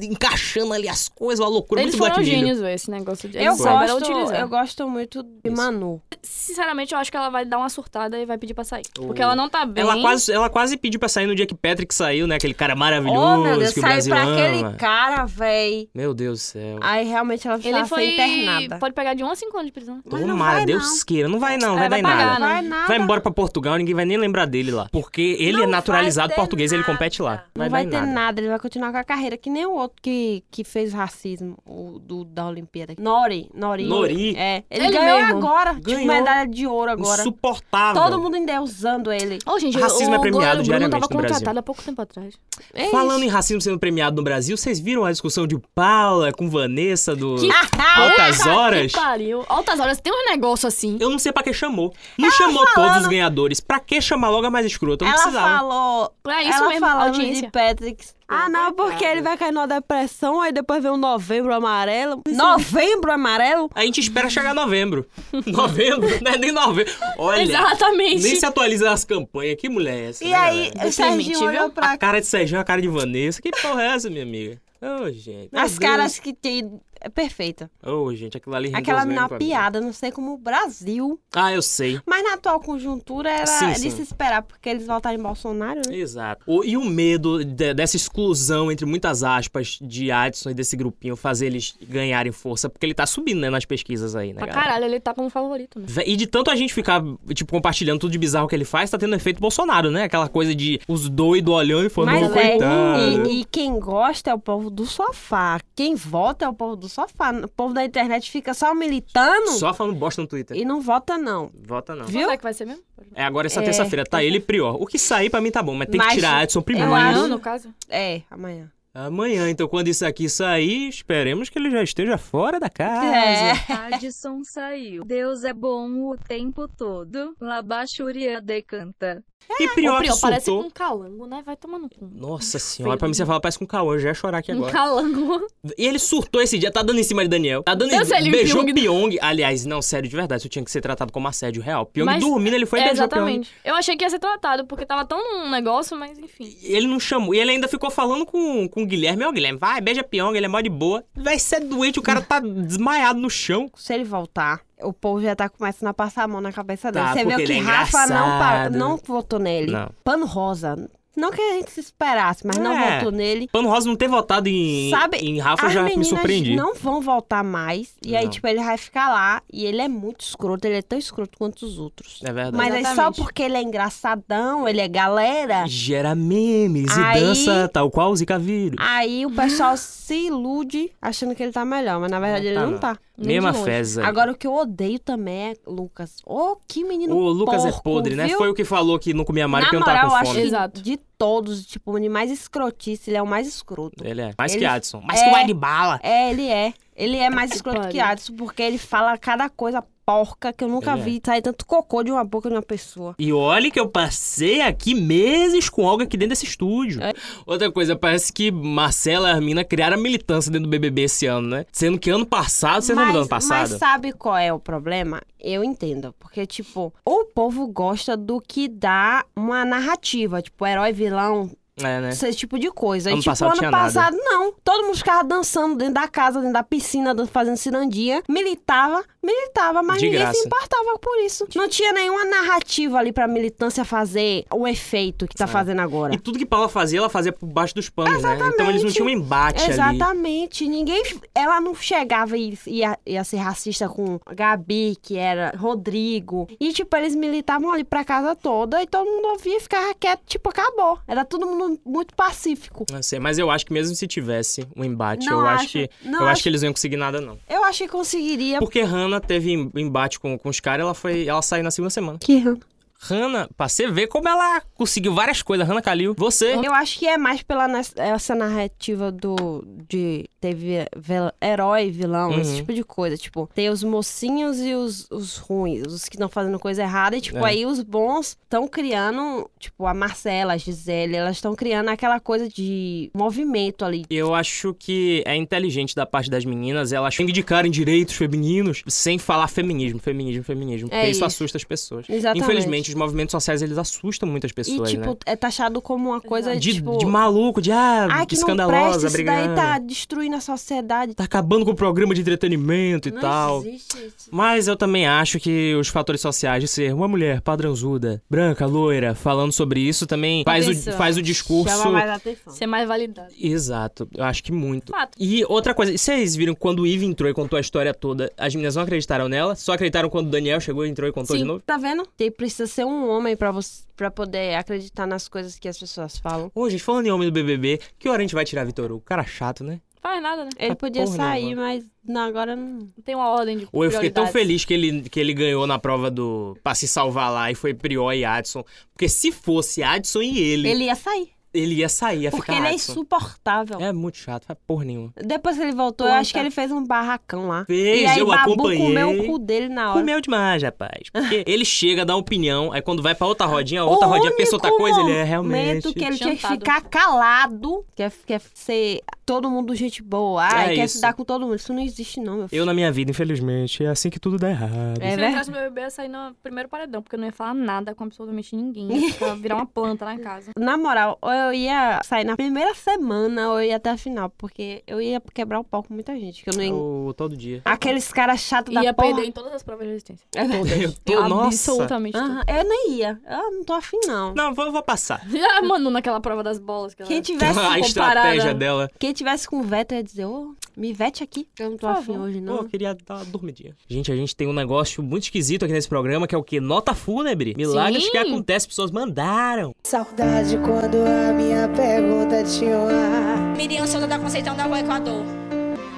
Speaker 3: encaixando ali as coisas, uma loucura.
Speaker 4: Eles
Speaker 3: muito
Speaker 4: foram
Speaker 3: Black Mirror.
Speaker 4: gênios, velho, esse negócio de.
Speaker 5: Eu
Speaker 4: eles souberam
Speaker 5: gosto,
Speaker 4: utilizar.
Speaker 5: eu gosto muito de
Speaker 3: Isso.
Speaker 5: Manu.
Speaker 4: Sinceramente, eu acho que ela vai dar uma surtada e vai pedir pra sair.
Speaker 3: Oh.
Speaker 4: Porque ela não tá bem.
Speaker 3: Ela quase, ela quase pediu pra sair no dia que Patrick saiu, né? Aquele cara maravilhoso
Speaker 5: oh, meu Deus,
Speaker 3: que o
Speaker 5: saiu
Speaker 3: Brasil
Speaker 5: pra
Speaker 3: ama.
Speaker 5: aquele Ah, cara, véi.
Speaker 3: Meu Deus do céu.
Speaker 5: Aí realmente ela
Speaker 4: Ele
Speaker 5: ela foi
Speaker 4: foi.
Speaker 5: internada.
Speaker 4: Pode pegar de 1 a 5 anos de prisão.
Speaker 5: Mas não
Speaker 3: Tomara,
Speaker 5: vai,
Speaker 3: Deus
Speaker 5: não.
Speaker 3: queira. Não vai não, vai dar
Speaker 4: É, vai
Speaker 3: em nada.
Speaker 4: pagar, né?
Speaker 5: Vai nada.
Speaker 3: Vai embora pra Portugal, ninguém vai nem lembrar dele lá. Porque ele
Speaker 5: Não
Speaker 3: é
Speaker 5: vai
Speaker 3: naturalizado
Speaker 5: ter
Speaker 3: português, ele
Speaker 5: nada.
Speaker 3: compete lá.
Speaker 5: Não
Speaker 3: dar
Speaker 5: vai
Speaker 3: em
Speaker 5: ter nada. ele vai continuar com a carreira, que nem o outro que, que fez racismo o do, da Olimpíada. Nori, Nori.
Speaker 3: Nori.
Speaker 5: É, ele,
Speaker 4: Ele
Speaker 5: ganhou
Speaker 4: mesmo.
Speaker 5: agora,
Speaker 3: Ganhou.
Speaker 5: tipo, medalha de ouro agora.
Speaker 3: Insuportável.
Speaker 5: Todo mundo endeusando ele.
Speaker 4: Ô, gente,
Speaker 3: Racismo
Speaker 4: o,
Speaker 3: é premiado
Speaker 4: o Bruno
Speaker 3: diariamente
Speaker 4: tava
Speaker 3: no Brasil.
Speaker 4: contratado há pouco tempo atrás.
Speaker 5: É
Speaker 3: Falando em racismo sendo premiado no Brasil, vocês viram a discussão de Paula com Vanessa do
Speaker 5: Ah,
Speaker 4: Que
Speaker 3: Altas Horas?
Speaker 4: Que pariu. Altas horas tem um negócio assim.
Speaker 3: Eu não sei pra que chamou. Não chamou todos os ganhadores. Pra que chamar logo a mais escrota? Não
Speaker 5: Ela
Speaker 3: precisava.
Speaker 5: falou.
Speaker 4: Pra isso
Speaker 5: ela
Speaker 4: mesmo,
Speaker 5: falando
Speaker 4: audiência.
Speaker 5: de Patrick. Ah, não, porque ele vai cair numa depressão, aí depois vem o novembro amarelo. Novembro amarelo?
Speaker 3: A gente espera chegar novembro. novembro? Não é nem novembro. Olha,
Speaker 4: Exatamente.
Speaker 3: nem se atualiza as campanhas. Que mulher é essa?
Speaker 5: E
Speaker 3: né,
Speaker 5: aí,
Speaker 3: galera?
Speaker 5: o Serginho
Speaker 4: Impermitível.
Speaker 5: olhou pra
Speaker 3: A cara de Sérgio, a cara de Vanessa. Que porra é essa, minha amiga? Ô, gente. Meu
Speaker 5: As
Speaker 3: Deus.
Speaker 5: caras que tem. É perfeita.
Speaker 3: Ô, gente, aquilo ali rendeu
Speaker 5: Aquela
Speaker 3: os
Speaker 5: menina
Speaker 3: memes pra mim.
Speaker 5: piada, não sei como o Brasil.
Speaker 3: Ah, eu sei.
Speaker 5: Mas na atual conjuntura era
Speaker 3: Sim, sim.
Speaker 5: de se esperar, porque eles votaram em Bolsonaro, né?
Speaker 3: Exato. O- e o medo de- dessa exclusão, entre muitas aspas, de Adson e desse grupinho fazer eles ganharem força, porque ele tá subindo, né, nas pesquisas aí, né,
Speaker 4: Pra
Speaker 3: galera?
Speaker 4: caralho, ele tá como favorito, né?
Speaker 3: Vé- E de tanto a gente ficar, tipo, compartilhando tudo de bizarro que ele faz, tá tendo efeito Bolsonaro, né? Aquela coisa de os doidos olhando e falando,
Speaker 5: Mas
Speaker 3: "Ô,
Speaker 5: é,
Speaker 3: coitado.
Speaker 5: e, e quem gosta é o povo do sofá. Quem vota é o povo do sofá. O povo da internet fica só militando
Speaker 3: Só falando bosta no Twitter.
Speaker 5: e não vota, não.
Speaker 3: Vota não.
Speaker 5: Viu?
Speaker 4: Quando é que vai ser mesmo?
Speaker 3: É, agora essa
Speaker 5: É.
Speaker 3: terça-feira tá ele e Prior. O que sair pra mim tá bom, mas tem que
Speaker 5: Mas
Speaker 3: tirar Adson primeiro.
Speaker 5: eu acho-
Speaker 4: Amanhã, no caso.
Speaker 5: É, amanhã.
Speaker 3: Amanhã, então quando isso aqui sair, esperemos que ele já esteja fora da casa.
Speaker 5: É.
Speaker 6: Adson saiu. Deus é bom o tempo todo. Labaxúria decanta.
Speaker 3: E Prior,
Speaker 4: Ô, Pri, ó, parece
Speaker 3: surtou.
Speaker 4: um calango, né? Vai tomando cu.
Speaker 3: Nossa senhora, pra mim você fala, parece com o Cauã, eu já ia chorar aqui
Speaker 4: Um
Speaker 3: agora.
Speaker 4: calango.
Speaker 3: E ele surtou esse dia, tá dando em cima de Daniel. Tá dando em
Speaker 4: Eu sei,
Speaker 3: cima.
Speaker 4: ele
Speaker 3: Beijou
Speaker 4: Pyong.
Speaker 3: Pyong. Aliás, não, sério, de verdade, isso tinha que ser tratado como assédio real. Pyong
Speaker 4: Mas-
Speaker 3: dormindo, ele foi e
Speaker 4: é,
Speaker 3: beijou Pyong.
Speaker 4: exatamente. Eu achei que ia ser tratado, porque tava tão num negócio, mas enfim.
Speaker 3: E Ele não chamou. E ele ainda ficou falando com, com o Guilherme. Ó, Guilherme, vai, beija Pyong, ele é mó de boa. Vai ser doente, o cara tá desmaiado no chão.
Speaker 5: Se ele voltar, o povo já tá começando a passar a mão na cabeça dele.
Speaker 3: Tá,
Speaker 5: Você
Speaker 3: porque
Speaker 5: viu que
Speaker 3: ele é
Speaker 5: Rafa não, pa-
Speaker 3: engraçado.
Speaker 5: não votou nele.
Speaker 3: Não.
Speaker 5: Pano rosa. Não que a gente se esperasse, mas não
Speaker 3: É.
Speaker 5: votou nele.
Speaker 3: Pano Rosa não ter votado em,
Speaker 5: Sabe,
Speaker 3: em Rafa, eu
Speaker 5: As
Speaker 3: já me
Speaker 5: meninas
Speaker 3: surpreendi.
Speaker 5: não vão voltar mais. E aí,
Speaker 3: Não.
Speaker 5: tipo, ele vai ficar lá. E ele é muito escroto. Ele é tão escroto quanto os outros.
Speaker 3: É verdade.
Speaker 5: Mas é só
Speaker 4: Exatamente.
Speaker 5: porque ele é engraçadão, ele é galera.
Speaker 3: Gera memes e
Speaker 5: Aí- Ah,
Speaker 3: dança tal qual o Zika Vírus.
Speaker 5: Aí o pessoal se ilude achando que ele tá melhor. Mas na verdade ele
Speaker 3: tá
Speaker 5: não
Speaker 3: não.
Speaker 5: tá.
Speaker 4: Nem
Speaker 3: Mesma
Speaker 4: de longe.
Speaker 3: fezes aí.
Speaker 5: Agora o que eu odeio também é Lucas. Ô, que menino
Speaker 3: O Lucas é
Speaker 5: porco,
Speaker 3: podre, né?
Speaker 5: viu?
Speaker 3: Foi o que falou que não comia Mario
Speaker 5: Na
Speaker 3: porque não
Speaker 5: moral,
Speaker 3: tava
Speaker 5: eu
Speaker 3: com
Speaker 5: acho
Speaker 3: fome.
Speaker 5: que
Speaker 4: Exato.
Speaker 5: de todos, tipo, o mais escrotice, ele é o mais escroto.
Speaker 3: Ele é. Mais
Speaker 5: Ele-
Speaker 3: que Adson. Mais
Speaker 5: É.
Speaker 3: que o Ed Bala.
Speaker 5: É, ele é. Ele é mais escroto
Speaker 4: pariu.
Speaker 5: que Adson, porque ele fala cada coisa porca que eu nunca
Speaker 3: Ele é.
Speaker 5: vi sair tanto cocô de uma boca de uma pessoa.
Speaker 3: E olha que eu passei aqui meses com algo aqui dentro desse estúdio.
Speaker 5: É.
Speaker 3: Outra coisa, parece que Marcela e Armina criaram a militância dentro do BBB esse ano, né? Sendo que ano passado, Ah, você lembra do ano
Speaker 5: mas
Speaker 3: passado?
Speaker 5: sabe qual é o problema? Eu entendo. Porque, tipo, o povo gosta do que dá uma narrativa. Tipo, herói, vilão,
Speaker 3: É, né?
Speaker 5: Esse tipo de coisa.
Speaker 3: Ano
Speaker 5: e, tipo,
Speaker 3: passado
Speaker 5: ano
Speaker 3: tinha nada.
Speaker 5: passado, não. Todo mundo ficava dançando dentro da casa, dentro da piscina, dan- fazendo cirandia. Militava, militava, mas
Speaker 3: De
Speaker 5: ninguém
Speaker 3: graça.
Speaker 5: se importava por isso. Não tinha nenhuma narrativa ali pra militância fazer o efeito que tá fazendo agora.
Speaker 3: E tudo que Paula fazia, ela fazia por baixo dos panos, né? Então eles não tinham um embate ali.
Speaker 5: Exatamente. Ninguém. Ela não chegava e e ia, ia ser racista com Gabi, que era Rodrigo. E, tipo, eles militavam ali pra casa toda e todo mundo ouvia e ficava quieto, tipo, acabou. Era todo mundo muito pacífico.
Speaker 3: Não sei, mas eu acho que mesmo se tivesse um embate,
Speaker 5: Não
Speaker 3: eu acho,
Speaker 5: acho.
Speaker 3: que
Speaker 5: Não
Speaker 3: eu acho,
Speaker 5: acho.
Speaker 3: que eles não iam conseguir nada não.
Speaker 5: Eu acho que conseguiria.
Speaker 3: Porque Hannah teve em- embate com, com os caras, ela foi, ela saiu na segunda semana.
Speaker 5: Que erro.
Speaker 3: Hannah, pra você ver como ela conseguiu várias coisas, Hannah Kalil, você
Speaker 5: Eu acho que é mais pela nes- essa narrativa do de ter vi- vil- herói, vilão,
Speaker 3: Uhum.
Speaker 5: esse tipo de coisa. Tipo, tem os mocinhos e os, os ruins, os que estão fazendo coisa errada. E, tipo,
Speaker 3: É.
Speaker 5: aí os bons estão criando, tipo, a Marcela, a Gisele, elas estão criando aquela coisa de movimento ali.
Speaker 3: Eu acho que é inteligente da parte das meninas elas reivindicarem direitos femininos sem falar feminismo, feminismo, feminismo.
Speaker 5: É
Speaker 3: porque isso,
Speaker 5: isso.
Speaker 3: assusta as pessoas.
Speaker 5: Exatamente.
Speaker 3: Infelizmente, os movimentos sociais eles assustam muitas pessoas,
Speaker 5: e, tipo,
Speaker 3: né?
Speaker 5: é taxado como uma coisa,
Speaker 3: De,
Speaker 5: tipo...
Speaker 3: de maluco, de ah,
Speaker 5: ah, que não presta,
Speaker 3: escandalosa,
Speaker 5: isso
Speaker 3: brigando.
Speaker 5: daí tá destruindo a sociedade.
Speaker 3: tá acabando com o programa de entretenimento e
Speaker 5: Não
Speaker 3: tal.
Speaker 5: existe isso.
Speaker 3: Mas eu também acho que os fatores sociais de ser uma mulher padrãozuda, branca, loira, falando sobre isso também faz o,
Speaker 4: Atenção.
Speaker 3: faz o discurso.
Speaker 5: Chama mais atenção.
Speaker 4: Ser mais validado.
Speaker 3: Exato, eu acho que muito.
Speaker 4: Fato.
Speaker 3: E outra coisa, vocês viram quando o Eve entrou e contou a história toda, as meninas não acreditaram nela, só acreditaram quando o Daniel chegou, entrou e contou de
Speaker 5: Sim,
Speaker 3: novo?
Speaker 5: tá vendo? Tem, precisa ser um homem pra você para poder acreditar nas coisas que as pessoas falam.
Speaker 3: Ô, gente, falando em homem do BBB, que hora a gente vai tirar Vitor Hugo? Cara chato, né?
Speaker 4: Faz nada, né?
Speaker 5: Ele
Speaker 3: Ah,
Speaker 5: podia
Speaker 3: porra
Speaker 5: sair,
Speaker 3: nenhuma.
Speaker 5: mas não, agora não.
Speaker 4: Não tem uma ordem de
Speaker 3: Ou eu fiquei tão feliz
Speaker 4: prioridades.
Speaker 3: que ele, que ele ganhou na prova do. pra se salvar lá e foi Prior e Adson. Porque se fosse Adson e ele, ele,
Speaker 5: Ele ia sair.
Speaker 3: ia sair, ia
Speaker 5: Porque
Speaker 3: ficar
Speaker 5: ele é
Speaker 3: Adson.
Speaker 5: insuportável.
Speaker 3: É muito chato, faz porra nenhuma.
Speaker 5: Depois que ele voltou, eu
Speaker 4: Planta.
Speaker 5: acho que ele fez um barracão lá.
Speaker 3: Fez,
Speaker 5: e aí
Speaker 3: eu
Speaker 5: Babu
Speaker 3: acompanhei.
Speaker 5: comeu o cu dele na hora.
Speaker 3: Comeu demais, rapaz. Porque ele chega, dá opinião, aí quando vai pra outra rodinha, a outra rodinha pensa outra
Speaker 5: único
Speaker 3: coisa, ele é
Speaker 5: um
Speaker 3: realmente.
Speaker 5: momento que ele tinha que
Speaker 4: Chantado.
Speaker 5: ficar calado, quer, quer é ser todo mundo gente boa, ai,
Speaker 3: É
Speaker 5: quer
Speaker 3: isso.
Speaker 5: se dar com todo mundo. Isso não existe não, meu filho.
Speaker 3: Eu, na minha vida, infelizmente, é assim que tudo dá errado.
Speaker 5: É
Speaker 4: Se eu
Speaker 5: verdade.
Speaker 4: entrasse no BBB, eu ia sair no primeiro paredão, porque eu não ia falar nada com absolutamente ninguém. Eu ia virar uma planta na casa.
Speaker 5: Na moral, ou eu ia sair na primeira semana ou eu ia até a final, porque eu ia quebrar o pau com muita gente, que eu não ia...
Speaker 3: Eu, todo dia.
Speaker 5: Aqueles caras chatos da
Speaker 4: Ia
Speaker 5: porra.
Speaker 4: perder em todas as provas de resistência.
Speaker 5: É verdade.
Speaker 3: Eu, nossa.
Speaker 4: Absolutamente. tudo.
Speaker 5: Aham, Eu nem ia. Eu não tô afim, não.
Speaker 3: Não, vou, vou passar.
Speaker 4: Ah, mano, naquela prova das bolas que ela...
Speaker 5: Quem tivesse,
Speaker 3: A
Speaker 5: né?
Speaker 3: estratégia dela.
Speaker 5: quem tivesse com veto ia dizer, ô, me vete aqui. Eu não tô
Speaker 4: Por
Speaker 5: afim
Speaker 4: favor.
Speaker 5: hoje,
Speaker 3: Pô, eu
Speaker 5: não.
Speaker 3: queria dar uma dormidinha. Gente, a gente tem um negócio muito esquisito aqui nesse programa, que é o quê? Nota fúnebre. Milagres
Speaker 4: Sim.
Speaker 3: que acontecem, pessoas mandaram.
Speaker 7: Saudade quando a minha pergunta tinha um ar.
Speaker 8: Miriam, senhor da Conceição da Rua Equador.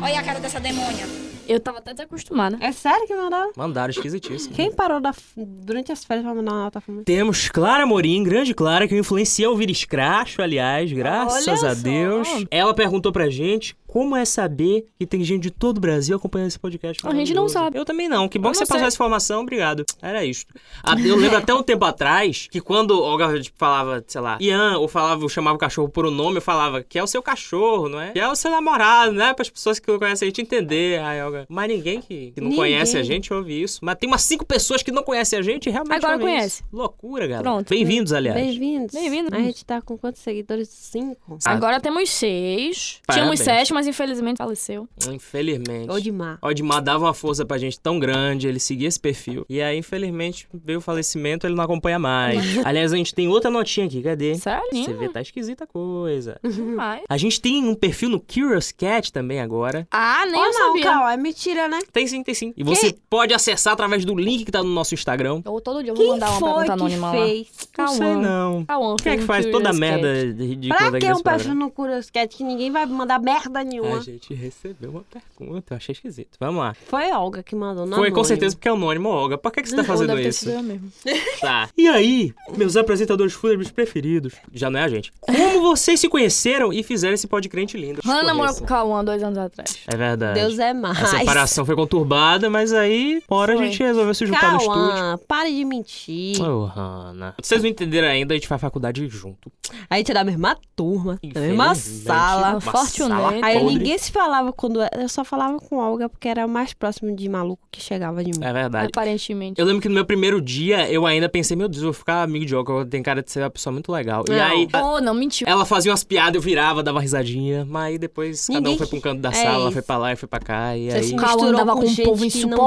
Speaker 8: Olha a cara dessa demônia.
Speaker 4: Eu tava até desacostumada.
Speaker 5: É sério que mandaram?
Speaker 3: Mandaram, esquisitíssimo.
Speaker 5: Quem parou da- durante as férias pra mandar uma nota
Speaker 4: Uhum.
Speaker 5: fúnebre?
Speaker 3: Temos Clara Morim, grande Clara, que eu influenciei a ouvir escracho, aliás, graças
Speaker 4: Olha
Speaker 3: a
Speaker 4: só.
Speaker 3: Deus. Ela perguntou pra gente como é saber que tem gente de todo o Brasil acompanhando esse podcast.
Speaker 4: A gente não
Speaker 3: maravilhoso.
Speaker 4: sabe.
Speaker 3: Eu também não. Que bom
Speaker 4: Eu
Speaker 3: que você
Speaker 4: não
Speaker 3: passou
Speaker 4: sei.
Speaker 3: essa informação, obrigado. Era isso. Ah, Eu lembro até um tempo atrás que quando o Olga tipo, falava, sei lá, Ian, ou falava, eu chamava o cachorro por um nome, eu falava que é o seu cachorro, não é? Que é o seu namorado, né? Para as pessoas que não conhecem a gente entender. Ai, Olga. Mas ninguém que, que não
Speaker 5: Ninguém.
Speaker 3: conhece a gente ouve isso. Mas tem umas cinco pessoas que não conhecem a gente e realmente
Speaker 4: Agora
Speaker 3: ouvem
Speaker 4: conhece.
Speaker 3: isso. Loucura, galera.
Speaker 4: Pronto.
Speaker 3: Bem-vindos, aliás.
Speaker 5: né? Bem-vindos.
Speaker 4: Bem-vindos.
Speaker 5: A gente tá com quantos seguidores? Cinco?
Speaker 3: Ah.
Speaker 4: Agora temos seis.
Speaker 3: Parabéns.
Speaker 4: Tínhamos sete, mas infelizmente faleceu.
Speaker 3: Infelizmente.
Speaker 5: Ou de mar.
Speaker 3: O Odmar dava uma força pra gente tão grande, ele seguia esse perfil. E aí, infelizmente, veio o falecimento, ele não acompanha mais. Aliás, a gente tem outra notinha aqui, cadê?
Speaker 4: Sério?
Speaker 3: Você
Speaker 5: né?
Speaker 3: vê, tá esquisita a coisa.
Speaker 4: Mas...
Speaker 3: A gente tem um perfil no Curious Cat também agora.
Speaker 4: Ah, nem
Speaker 5: Ou
Speaker 4: eu
Speaker 5: não,
Speaker 4: sabia.
Speaker 5: Cal, é mentira, né?
Speaker 3: Tem sim, tem sim. E você pode acessar através do link que tá no nosso Instagram.
Speaker 4: Eu todo dia eu vou
Speaker 5: Quem
Speaker 4: mandar uma
Speaker 5: foi
Speaker 4: pergunta
Speaker 5: que
Speaker 4: anônima lá.
Speaker 5: fez?
Speaker 3: Não sei não.
Speaker 4: Cauã
Speaker 3: Quem é que
Speaker 4: fez um
Speaker 3: faz toda a
Speaker 4: curious cat.
Speaker 3: merda ridícula
Speaker 5: Pra
Speaker 3: daqui
Speaker 5: que
Speaker 3: desse
Speaker 5: um perfil
Speaker 3: programa?
Speaker 5: no Curioscat que ninguém vai mandar merda
Speaker 3: A
Speaker 5: nenhuma?
Speaker 3: É, gente recebeu uma pergunta, eu achei esquisito. Vamos lá.
Speaker 5: Foi a Olga que mandou, não
Speaker 3: Foi com
Speaker 5: anônimo.
Speaker 3: certeza porque é anônimo, Olga. Por que, que você tá
Speaker 4: Ou
Speaker 3: fazendo
Speaker 4: deve ter
Speaker 3: isso?
Speaker 4: sido eu mesmo.
Speaker 3: Tá. E aí, meus apresentadores fúnebres preferidos, já não é a gente. Como vocês se conheceram e fizeram esse podcrente lindo?
Speaker 4: Hannah namorou
Speaker 3: Escorreça.
Speaker 4: com o Cauã dois anos atrás.
Speaker 3: É verdade.
Speaker 5: Deus é mais.
Speaker 3: a separação foi conturbada, mas aí, fora a
Speaker 4: Foi.
Speaker 3: gente resolveu se juntar no estúdio. Ah.
Speaker 5: Calma, pare de mentir.
Speaker 3: Ô, Hannah. Vocês não entenderam ainda, a gente faz faculdade junto.
Speaker 5: A gente é da mesma turma, da
Speaker 3: Infelizmente,
Speaker 5: mesma sala.
Speaker 3: uma
Speaker 4: Fortunate.
Speaker 3: sala
Speaker 5: Aí
Speaker 3: podre.
Speaker 5: ninguém se falava quando. Eu só falava com Olga porque era mais próximo de maluco que chegava de mim.
Speaker 3: É verdade.
Speaker 4: Aparentemente.
Speaker 3: Eu lembro que no meu primeiro dia, eu ainda pensei, meu Deus, eu vou ficar amigo de Olga, tem cara de ser uma pessoa muito legal. E
Speaker 4: Não.
Speaker 3: aí, é,
Speaker 4: Oh, não, mentiu.
Speaker 3: ela fazia umas piadas, eu virava, dava risadinha, mas aí depois cada um
Speaker 5: Ninguém-
Speaker 3: foi pra um canto da
Speaker 5: É
Speaker 3: sala,
Speaker 5: isso.
Speaker 3: foi pra lá e foi pra cá, e
Speaker 5: Você
Speaker 3: aí...
Speaker 5: se
Speaker 4: O Cauã
Speaker 5: misturou
Speaker 4: andava
Speaker 5: com
Speaker 4: com um
Speaker 5: gente
Speaker 4: povo
Speaker 5: que não